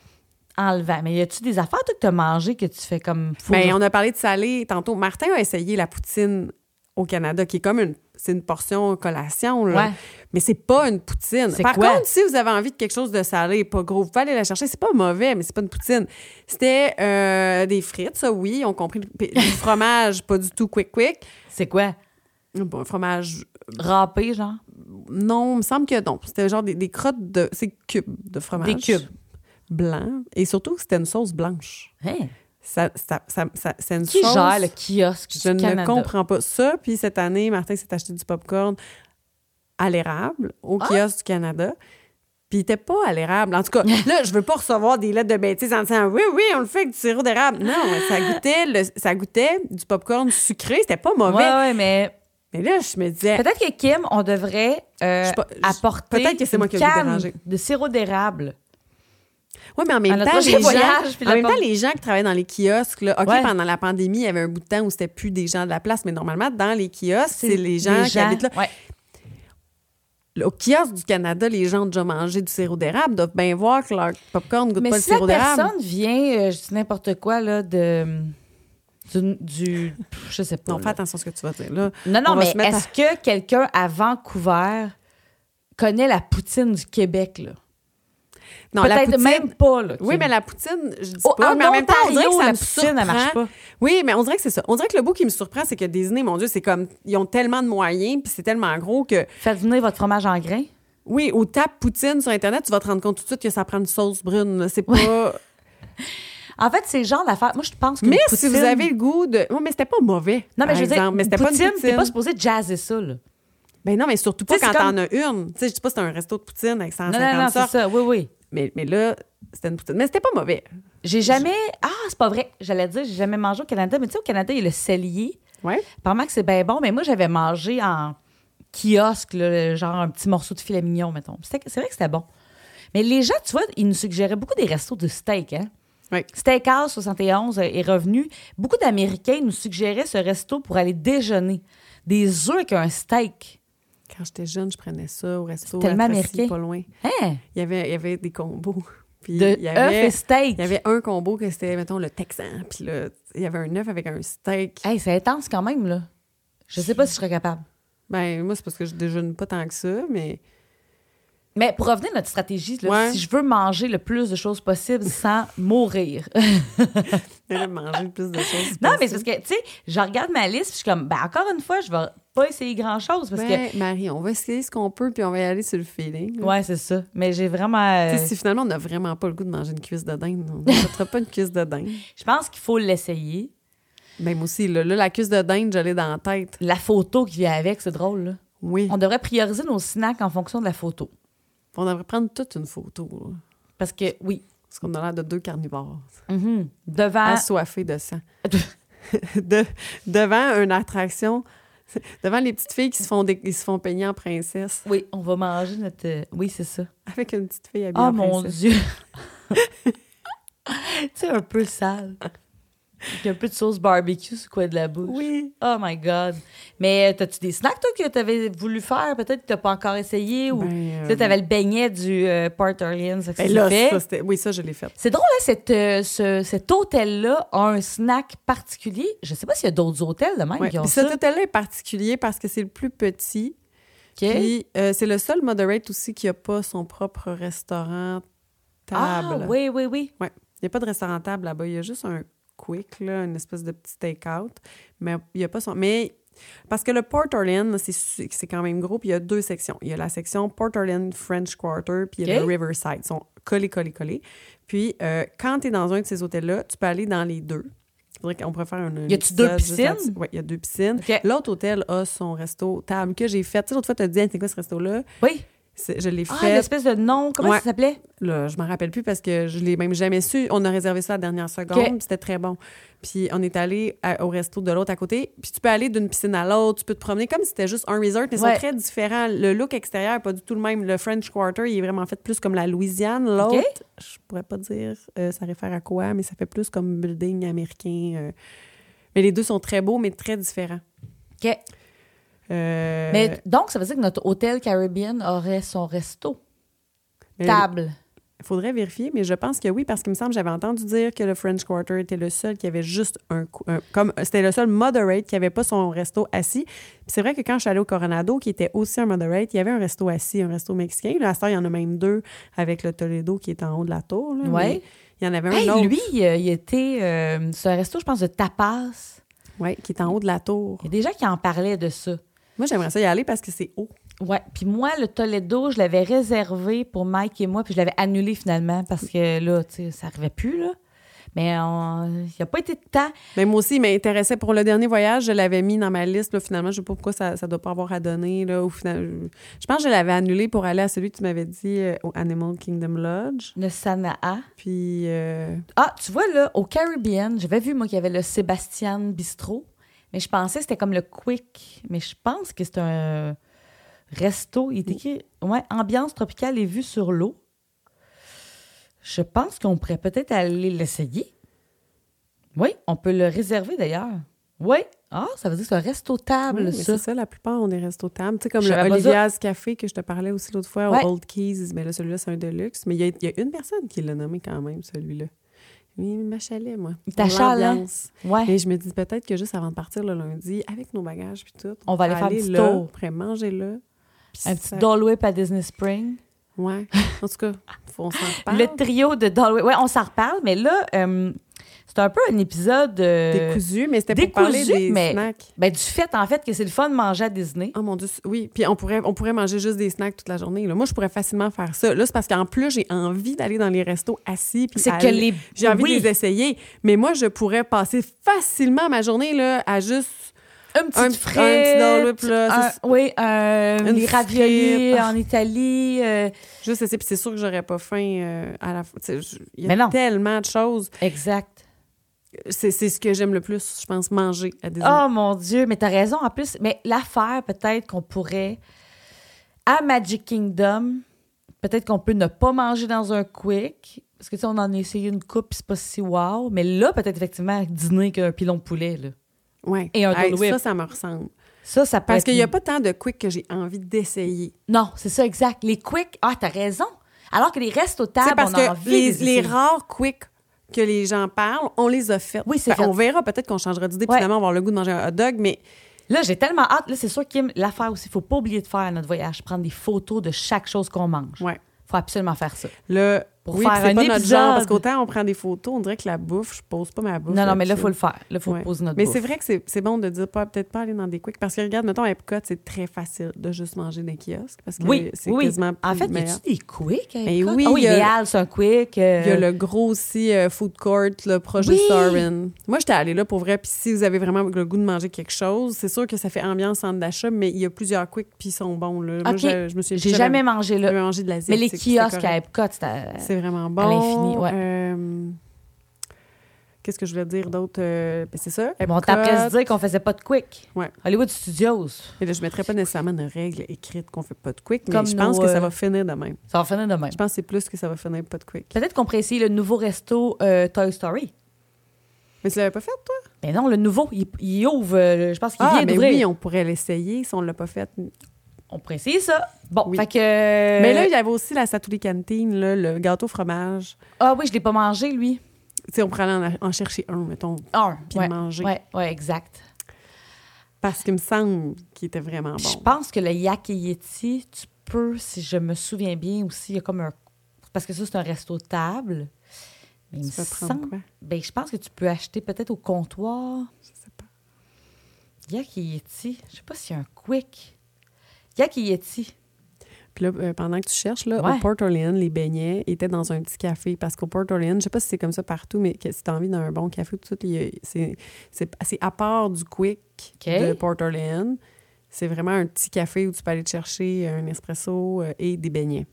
S1: enlevant. Mais y a-tu des affaires, toi, que t'as mangé que tu fais comme. Faut que
S2: Mais
S1: je
S2: on a parlé de salé tantôt. Martin a essayé la poutine au Canada, qui est comme une, c'est une portion collation. Là.
S1: Ouais.
S2: Mais c'est pas une poutine.
S1: C'est
S2: Par
S1: quoi?
S2: contre, si vous avez envie de quelque chose de salé, pas gros, vous pouvez aller la chercher. C'est pas mauvais, mais c'est pas une poutine. C'était euh, des frites, ça, oui. On compris. le- Du fromage, pas du tout quick-quick.
S1: C'est quoi?
S2: Bon, fromage,
S1: Râpé, genre?
S2: non, il me semble que non. C'était genre des, des crottes de. C'est cubes de fromage.
S1: Des cubes.
S2: Blanc. Et surtout, c'était une sauce blanche.
S1: Hein?
S2: Ça, ça, ça, ça- c'est une
S1: Qui
S2: sauce.
S1: gère le kiosque
S2: Je
S1: du
S2: ne
S1: Canada?
S2: comprends pas ça. Puis cette année, Martin s'est acheté du popcorn à l'érable au
S1: Ah!
S2: kiosque du Canada. Puis il était pas à l'érable. En tout cas, là, je veux pas recevoir des lettres de bêtises en disant oui, oui, on le fait avec du sirop d'érable. Non, ça goûtait, le- ça goûtait du popcorn sucré. C'était pas
S1: Ouais,
S2: mauvais.
S1: ouais, mais
S2: Mais là, je me disais,
S1: peut-être que Kim, on devrait euh,
S2: Je sais pas, je-
S1: apporter
S2: peut-être que c'est moi
S1: une
S2: qui ai voulu
S1: canne
S2: déranger.
S1: de sirop d'érable.
S2: Oui, mais en
S1: À
S2: même,
S1: notre
S2: temps,
S1: prochain
S2: les,
S1: voyage, puis
S2: gens, en
S1: la
S2: même temps,
S1: porte-
S2: les gens qui travaillent dans les kiosques, là, OK,
S1: Ouais.
S2: pendant la pandémie, il y avait un bout de temps où c'était plus des gens de la place, mais normalement, dans les kiosques, c'est les gens qui habitent là.
S1: ouais.
S2: Au kiosque du Canada, les gens ont déjà mangé du sirop d'érable, doivent bien voir que leur popcorn ne goûte
S1: Mais
S2: pas
S1: si
S2: le
S1: la
S2: sirop d'érable.
S1: personne vient, euh, je dis n'importe quoi, là, de. Du, du- je sais pas.
S2: Non, fais
S1: là.
S2: attention à ce que tu vas dire. Là.
S1: non, non,
S2: On va
S1: mais
S2: se mettre à-
S1: est-ce que quelqu'un à Vancouver connaît la poutine du Québec, là?
S2: Non, la
S1: Peut-être
S2: poutine-
S1: même pas, là.
S2: Oui,
S1: Kim.
S2: mais la poutine, je dis
S1: Oh,
S2: pas,
S1: en
S2: mais en même temps, on dirait
S1: Ontario,
S2: que ça
S1: la
S2: me
S1: poutine, elle
S2: surprend.
S1: marche pas.
S2: Oui, mais on dirait que c'est ça. On dirait que le bout qui me surprend, c'est que Disney, mon Dieu, c'est comme, ils ont tellement de moyens, puis c'est tellement gros que
S1: Faites venir votre fromage en grain.
S2: Oui, ou tape poutine sur Internet, tu vas te rendre compte tout de suite que ça prend une sauce brune. là. C'est pas...
S1: En fait, c'est le genre d'affaire. Moi, je pense que.
S2: Mais
S1: le
S2: si vous
S1: poutine-
S2: avez le goût de. Ouais, mais c'était pas mauvais.
S1: Non, mais
S2: par
S1: je veux dire,
S2: exemple. mais c'était
S1: poutine,
S2: pas une
S1: t'es
S2: poutine.
S1: pas supposé jazzer ça, là.
S2: Ben non, mais surtout pas
S1: Tu sais,
S2: quand
S1: c'est comme-
S2: t'en as une. Tu sais, je dis pas c'est un resto de poutine avec 150
S1: Non, non, non, c'est
S2: sortes.
S1: ça. Oui, oui.
S2: Mais, mais là, c'était une poutine. Mais c'était pas mauvais.
S1: J'ai jamais. Ah, c'est pas vrai. J'allais dire, j'ai jamais mangé au Canada. Mais tu sais, au Canada, il y a le cellier.
S2: Ouais.
S1: Apparemment que c'est bien bon, mais moi, j'avais mangé en kiosque, là, genre un petit morceau de filet mignon, mettons. C'était- C'est vrai que c'était bon. Mais les gens, tu vois, ils nous suggéraient beaucoup des restos de steak, hein?
S2: Oui.
S1: Steakhouse 71 est revenu. Beaucoup d'Américains nous suggéraient ce resto pour aller déjeuner. Des œufs avec un steak.
S2: Quand j'étais jeune, je prenais ça au resto.
S1: C'est tellement
S2: à Tracy,
S1: américain.
S2: Pas loin.
S1: Hein?
S2: Il y avait, il y avait des combos. Puis
S1: De
S2: il y
S1: œufs
S2: avait,
S1: et steak.
S2: il y avait un combo que c'était, mettons, le texan. Puis là, il y avait un œuf avec un steak.
S1: Hey, c'est intense quand même, là. Je sais pas si je serais capable.
S2: Ben, moi, c'est parce que je déjeune pas tant que ça, mais.
S1: Mais pour revenir à notre stratégie, là,
S2: Ouais.
S1: si je veux manger le plus de choses possible sans mourir.
S2: J'allais manger le plus de choses.
S1: non, mais c'est parce que, tu sais, je regarde ma liste puis je suis comme, ben encore une fois, je vais pas essayer grand-chose parce
S2: Ben, Marie, on va essayer ce qu'on peut, puis on va y aller sur le feeling.
S1: que... Ouais, c'est ça. Mais j'ai vraiment... euh,
S2: Tu sais, si finalement on n'a vraiment pas le goût de manger une cuisse de dinde, on n'achètera pas une cuisse de dinde.
S1: Je pense qu'il faut l'essayer.
S2: Ben moi aussi, là, là, la cuisse de dinde, j'allais dans la tête.
S1: La photo qui vient avec, c'est drôle, là.
S2: Oui.
S1: On devrait prioriser nos snacks en fonction de la photo.
S2: On devrait prendre toute une photo, là,
S1: Parce que, oui,
S2: parce qu'on a l'air de deux carnivores, Mm-hmm.
S1: mhm,
S2: Ah,
S1: devant...
S2: assoiffés de sang. De- devant une attraction, devant les petites filles qui se font, dé- qui se font peigner en princesse,
S1: Oui, on va manger notre... euh, Oui, c'est ça.
S2: avec une petite fille habillée
S1: Oh
S2: en
S1: mon
S2: princesse.
S1: Dieu! tu sais, un peu sale. Avec un peu de sauce barbecue sur quoi de la bouche.
S2: Oui.
S1: Oh my God! Mais euh, t'as-tu des snacks, toi, que t'avais voulu faire? Peut-être que t'as pas encore essayé ou...
S2: Ben,
S1: Tu
S2: euh,
S1: sais, t'avais le beignet du euh, Port Orleans. ça que
S2: ben
S1: tu
S2: là,
S1: fais.
S2: ça, c'était- oui, ça, je l'ai fait.
S1: C'est drôle, hein, cette, euh, ce- cet hôtel-là a un snack particulier. Je sais pas s'il y a d'autres hôtels de même
S2: Ouais.
S1: qui ont
S2: Puis
S1: ça.
S2: cet hôtel-là est particulier parce que c'est le plus petit.
S1: OK.
S2: Puis euh, c'est le seul moderate aussi qui n'a pas son propre restaurant
S1: Ah,
S2: table.
S1: oui, oui, oui.
S2: Ouais. Il n'y a pas de restaurant table là-bas. Il y a juste un quick, là, une espèce de petit take-out. Mais il n'y a pas son. Mais parce que le Port Orleans, là, c'est su- c'est quand même gros. Puis il y a deux sections. Il y a la section Port Orleans French Quarter, puis il y a
S1: OK.
S2: le Riverside. Ils sont collés, collés, collés. Puis euh, quand tu es dans un de ces hôtels-là, tu peux aller dans les deux. Faudrait qu'on pourrait faire un.
S1: Y a-tu deux piscines?
S2: Oui, il y a deux piscines.
S1: OK.
S2: L'autre hôtel a son resto table que j'ai fait. Tu sais, l'autre fois, tu as dit, Hey, c'est quoi ce resto-là?
S1: Oui.
S2: C'est- Je l'ai
S1: Ah,
S2: fait.
S1: l'espèce de nom, comment
S2: Ouais.
S1: ça s'appelait?
S2: Là, je m'en rappelle plus parce que je l'ai même jamais su. On a réservé ça à la dernière seconde,
S1: Ok.
S2: puis c'était très bon. Puis on est allé à- au resto de l'autre à côté. Puis tu peux aller d'une piscine à l'autre, tu peux te promener comme si c'était juste un resort, mais ils
S1: Ouais.
S2: sont très différents. Le look extérieur est pas du tout le même. Le French Quarter, il est vraiment fait plus comme la Louisiane. L'autre,
S1: Ok.
S2: je pourrais pas dire euh, ça réfère à quoi, mais ça fait plus comme building américain. euh. Mais les deux sont très beaux, mais très différents.
S1: OK.
S2: Euh,
S1: Mais donc, ça veut dire que notre hôtel Caribbean aurait son resto, Euh,
S2: mais-
S1: table.
S2: Il faudrait vérifier, mais je pense que oui, parce qu'il me semble que j'avais entendu dire que le French Quarter était le seul qui avait juste un. cou- un- comme C'était le seul moderate qui n'avait pas son resto assis. Puis c'est vrai que quand je suis allée au Coronado, qui était aussi un moderate, il y avait un resto assis, un resto mexicain. Là, à ce temps, il y en a même deux avec le Toledo qui est en haut de la tour. là,
S1: Ouais.
S2: mais Il y en avait un
S1: Hey,
S2: autre
S1: lui, euh, il était. euh, c'est un resto, je pense, de tapas.
S2: ouais, qui est en haut de la tour.
S1: Il y a des gens qui en parlaient de ça.
S2: Moi, j'aimerais ça y aller parce que c'est haut.
S1: Ouais. Puis moi, le Toledo, je l'avais réservé pour Mike et moi, puis je l'avais annulé finalement parce que là, tu sais, ça n'arrivait plus, là. Mais on- il n'y a pas été de temps.
S2: Mais Ben, moi aussi, il m'intéressait pour le dernier voyage. Je l'avais mis dans ma liste. Là, finalement, je ne sais pas pourquoi ça ne doit pas avoir à donner. Là, au final, je, je pense que je l'avais annulé pour aller à celui que tu m'avais dit euh, au Animal Kingdom Lodge.
S1: Le Sanaa.
S2: Puis, euh,
S1: Ah, tu vois, là, au Caribbean, j'avais vu, moi, qu'il y avait le Sébastien Bistro, mais je pensais que c'était comme le Quick. Mais je pense que c'est un resto. Il est écrit, ouais, ambiance tropicale et vue sur l'eau. Je pense qu'on pourrait peut-être aller l'essayer. Oui, on peut le réserver d'ailleurs. Oui. Ah, ça veut dire que c'est un resto
S2: oui,
S1: table,
S2: mais
S1: Ah, ben, ça.
S2: c'est ça, la plupart, on est restos tables. Tu sais, comme
S1: Je
S2: le
S1: savais pas
S2: Olivia's Café que je te parlais aussi l'autre fois,
S1: Ouais.
S2: au Old Keys. Mais là, celui-là, c'est un deluxe. Mais il y, a- il y a une personne qui l'a nommé quand même, celui-là. Oui, il m'achalait, moi.
S1: Il
S2: pour
S1: t'achale, hein?
S2: l'ambiance.
S1: Ouais.
S2: Et je me dis peut-être que juste avant de partir le lundi, avec nos bagages puis tout,
S1: On va aller faire un petit
S2: là,
S1: tour.
S2: après manger là. puis
S1: Un petit
S2: ça-
S1: doll whip à Disney Spring.
S2: Ouais. En tout cas, faut- on s'en reparle.
S1: Le trio de Dollway. Ouais, on s'en reparle, mais là, euh, C'est un peu un épisode. euh,
S2: Décousu, mais c'était pour parler
S1: décousu,
S2: des
S1: mais-
S2: snacks.
S1: ben, du fait, en fait, que c'est le fun de manger à Disney.
S2: Oh mon Dieu, c'est- oui. Puis on pourrait, on pourrait manger juste des snacks toute la journée. là. Moi, je pourrais facilement faire ça. Là, c'est parce qu'en plus, j'ai envie d'aller dans les restos assis. puis
S1: C'est que
S2: aller-
S1: les-
S2: J'ai envie
S1: oui.
S2: de les essayer. Mais moi, je pourrais passer facilement ma journée là, à juste.
S1: Un petit
S2: Un- un petit
S1: frit,
S2: dollop, là,
S1: un-
S2: c'est-
S1: oui, un-
S2: Une
S1: les raviolis
S2: frite.
S1: en Italie. euh,
S2: Juste essayer. Puis c'est sûr que j'aurais pas faim euh, à la fin. Tu sais, je- Il y
S1: Mais
S2: a
S1: non.
S2: tellement de choses.
S1: exact.
S2: C'est c'est ce que j'aime le plus, je pense, manger à des
S1: Oh mon Dieu, mais t'as raison. En plus, mais l'affaire, peut-être qu'on pourrait. À Magic Kingdom, peut-être qu'on peut ne pas manger dans un quick. Parce que, tu sais, on en a essayé une coupe, puis c'est pas si wow. Mais là, peut-être effectivement, dîner qu'un pilon de poulet, là.
S2: Ouais.
S1: Et un Dole Whip.
S2: Ça, ça me ressemble.
S1: Ça, ça peut
S2: Parce
S1: être
S2: qu'il n'y a
S1: une-
S2: pas tant de quick que j'ai envie d'essayer.
S1: Non, c'est ça, exact. Les quick, ah, t'as raison. Alors que les restes aux tables,
S2: C'est parce
S1: on a
S2: que
S1: envie
S2: les,
S1: de les
S2: les
S1: essayer.
S2: rares quick que les gens parlent, on les a faites.
S1: Oui, c'est
S2: Fait, On
S1: fait.
S2: verra, peut-être qu'on changera d'idée, puis
S1: Ouais.
S2: finalement, on va avoir le goût de manger un hot dog, mais
S1: Là, j'ai tellement hâte. Là, c'est sûr, Kim, l'affaire aussi, faut pas oublier de faire à notre voyage, prendre des photos de chaque chose qu'on mange.
S2: ouais.
S1: Faut absolument faire ça.
S2: Là,
S1: Pour
S2: oui,
S1: faire
S2: puis c'est
S1: un
S2: pas notre
S1: épisode.
S2: genre, parce qu'autant on prend des photos, on dirait que la bouffe, je pose pas ma bouffe.
S1: non, non, mais là,
S2: là-dessus.
S1: faut le faire. Là, faut
S2: Ouais.
S1: poser notre
S2: Mais
S1: bouffe.
S2: c'est vrai que c'est c'est bon de dire pas peut-être pas aller dans des quicks parce que regarde mettons à Epcot c'est très facile de juste manger des kiosques parce que
S1: Oui,
S2: c'est
S1: oui.
S2: quasiment
S1: En
S2: plus
S1: fait, y
S2: meilleur.
S1: a-tu des quicks?
S2: Mais
S1: Epcot?
S2: oui,
S1: Ah oui,
S2: y a-
S1: les Halles, c'est un quick. euh,
S2: Il y a le gros aussi euh, food court le proche de
S1: Oui!
S2: Sorin. Moi, j'étais allée là pour vrai. Puis si vous avez vraiment le goût de manger quelque chose, c'est sûr que ça fait ambiance centre d'achat, mais il y a plusieurs quicks puis ils sont bons. Là. Moi,
S1: Ok.
S2: je, je me suis
S1: J'ai jamais mangé
S2: j'avais
S1: là.
S2: mangé de l'Asie.
S1: Mais les
S2: c'est- c'était
S1: kiosques à
S2: correct.
S1: Epcot, c'est à-
S2: C'est vraiment bon.
S1: l'infini, ouais.
S2: Euh, Qu'est-ce que je voulais dire d'autre? Euh, ben, c'est ça.
S1: Bon, on
S2: Epcot.
S1: t'apprête se dire qu'on faisait pas de quick.
S2: Ouais.
S1: Hollywood Studios.
S2: Mais là, je ne mettrais pas nécessairement de règles écrites qu'on fait pas de quick, mais
S1: Comme
S2: je pense
S1: nos,
S2: que ça
S1: euh,
S2: va finir de même.
S1: Ça en finit de même.
S2: Je pense que c'est plus que ça va finir pas de quick.
S1: Peut-être qu'on pourrait essayer le nouveau resto euh, Toy Story.
S2: Mais tu l'avais pas fait, toi?
S1: Mais Ben non, le nouveau, il, il ouvre, euh, je pense qu'il vient
S2: mais
S1: d'ouvrir.
S2: Ah, ben oui, on pourrait l'essayer si on l'a pas fait.
S1: on... pourrait essayer ça. Bon,
S2: Oui.
S1: fait que...
S2: Mais là, il y avait aussi la Satouli Cantine, là, le gâteau fromage.
S1: Ah oui, je l'ai pas mangé, lui.
S2: Tu sais, on pourrait aller en, en chercher un, mettons,
S1: Un,
S2: puis
S1: ouais.
S2: le manger.
S1: Ouais, ouais, exact.
S2: Parce qu'il me semble qu'il était vraiment
S1: Puis Je
S2: Ah bon.
S1: pense que le Yak et Yeti, tu peux, si je me souviens bien aussi, il y a comme un... Parce que ça, c'est un resto de table. Mais il me
S2: Tu vas prendre
S1: semble...
S2: quoi?
S1: Ben, je pense que tu peux acheter peut-être au comptoir.
S2: Je sais pas.
S1: Yak et Yeti. Je sais pas s'il y a un quick. Yak et Yeti.
S2: Puis là, euh, pendant que tu cherches, là,
S1: Ouais.
S2: au Port Orleans, les beignets étaient dans un petit café. Parce qu'au Port Orleans, je sais pas si c'est comme ça partout, mais que, si tu as envie d'un bon café, tout, il y a- c'est c'est- c'est à part du quick
S1: OK.
S2: de Port Orleans. C'est vraiment un petit café où tu peux aller te chercher un espresso euh, et des beignets.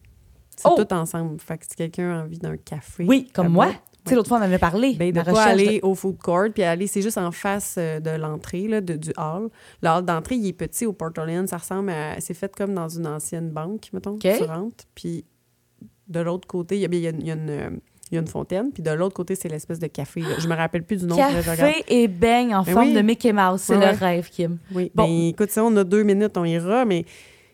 S2: C'est
S1: Oh!
S2: tout ensemble. Fait que si quelqu'un a envie d'un café.
S1: Oui, comme moi.
S2: là-bas,
S1: Tu sais, l'autre fois, on en a parlé.
S2: Ben, de
S1: la
S2: pas
S1: recherche de-
S2: aller au food court, puis aller, c'est juste en face euh, de l'entrée, là, de, du hall. Le hall d'entrée, il est petit au Port Orleans. Ça ressemble à. C'est fait comme dans une ancienne banque, mettons.
S1: OK.
S2: Tu rentres, puis de l'autre côté, il y a, bien- il y a une- il y a une. euh, il y a une fontaine, puis de l'autre côté, c'est l'espèce de café. là. Je me rappelle plus du nom. faudrait que je regarde.
S1: Café et beigne en
S2: Ben
S1: forme
S2: oui.
S1: de Mickey Mouse. C'est
S2: Ouais,
S1: le
S2: ouais.
S1: rêve, Kim.
S2: Oui.
S1: Bon.
S2: Ben, écoute, ça, on a deux minutes, on ira, mais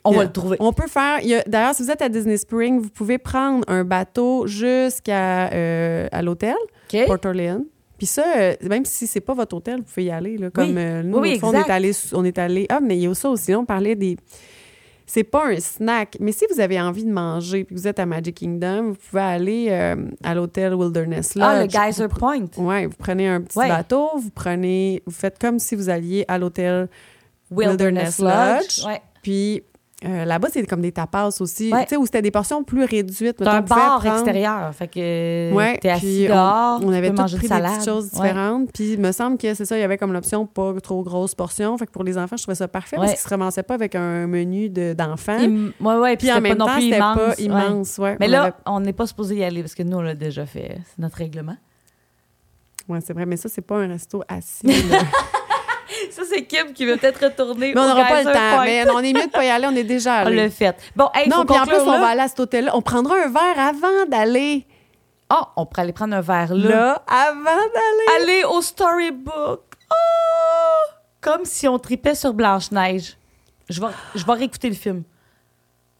S1: On
S2: Yeah.
S1: va le trouver.
S2: on peut faire. il y a- D'ailleurs, si vous êtes à Disney Spring, vous pouvez prendre un bateau jusqu'à euh, à l'hôtel.
S1: OK?
S2: Port Orleans. Puis ça, euh, même si c'est pas votre hôtel, vous pouvez y aller. Là, comme
S1: Oui.
S2: euh, nous,
S1: Oui, oui,
S2: l'autre fois, on
S1: exact.
S2: est allé, on est allé. Ah, mais il y a ça aussi. là, On parlait des. C'est pas un snack, mais si vous avez envie de manger puis que vous êtes à Magic Kingdom, vous pouvez aller euh, à l'hôtel Wilderness Lodge.
S1: Ah, le Geyser Point.
S2: Ouais, vous prenez un petit
S1: Ouais.
S2: bateau, vous prenez, vous faites comme si vous alliez à l'hôtel
S1: Wilderness
S2: Wilderness
S1: Lodge.
S2: Lodge.
S1: Ouais.
S2: puis euh, là-bas, c'est comme des tapas aussi,
S1: Ouais.
S2: tu sais, où c'était des portions plus réduites.
S1: T'as
S2: mettons,
S1: un
S2: on pouvait
S1: bar
S2: prendre-
S1: extérieur. Fait que
S2: Ouais,
S1: t'es assis
S2: puis on-
S1: dehors.
S2: On avait
S1: Ah, tu peux
S2: tous
S1: manger
S2: pris
S1: une
S2: des
S1: salade.
S2: petites choses
S1: Ouais.
S2: différentes. Puis il me semble que c'est ça, il y avait comme l'option pas trop grosse portion. Fait que pour les enfants, je trouvais ça parfait parce
S1: Ouais.
S2: qu'ils se ramassaient pas avec un menu de- d'enfants.
S1: Im- Ouais, ouais. Puis
S2: puis en
S1: c'était
S2: même
S1: pas non
S2: temps,
S1: plus
S2: c'était
S1: immense.
S2: pas
S1: ouais.
S2: immense. Ouais.
S1: Mais
S2: On
S1: là,
S2: avait-
S1: on n'est pas supposé y aller parce que nous, on l'a déjà fait. C'est notre règlement.
S2: ouais, c'est vrai, mais ça, c'est pas un resto assis. là.
S1: Ça, c'est Kim qui veut peut-être retourner
S2: mais on
S1: au
S2: n'aura pas
S1: Geyser
S2: le temps.
S1: Point.
S2: Mais on est mieux de pas y aller, on est déjà
S1: On
S2: allé.
S1: l'a fait. Bon, hey,
S2: non,
S1: faut
S2: puis en plus,
S1: conclure,
S2: on
S1: là.
S2: va aller à cet hôtel-là. On prendra un verre avant d'aller.
S1: Ah, on pourrait aller prendre un verre là.
S2: Là, avant d'aller.
S1: Aller au storybook. Oh! Comme si on tripait sur Blanche-Neige. Je vais, je vais réécouter le film.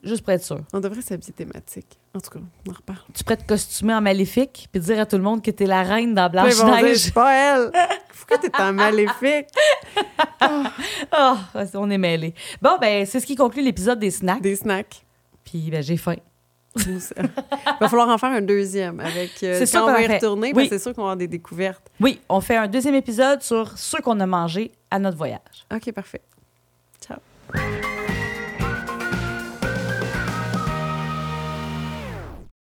S1: Juste pour être sûr.
S2: On devrait s'habiller thématique. En tout cas, on en reparle.
S1: Tu pourrais te costumer en maléfique puis dire à tout le monde que t'es la reine dans
S2: Puis ils vont dire, Je
S1: Blanche-Neige.
S2: suis pas elle. Pourquoi t'es un maléfique?
S1: Ah, on est mêlés. Bon, ben, c'est ce qui conclut l'épisode des snacks.
S2: Des snacks.
S1: Puis, ben, j'ai faim.
S2: Mousse- Il va falloir en faire un deuxième avec.
S1: C'est
S2: euh, quand
S1: sûr
S2: on
S1: qu'on en
S2: va y
S1: fait.
S2: retourner,
S1: Oui.
S2: parce que c'est sûr qu'on va avoir des découvertes.
S1: Oui, on fait un deuxième épisode sur ce qu'on a mangé à notre voyage.
S2: OK, parfait. Ciao.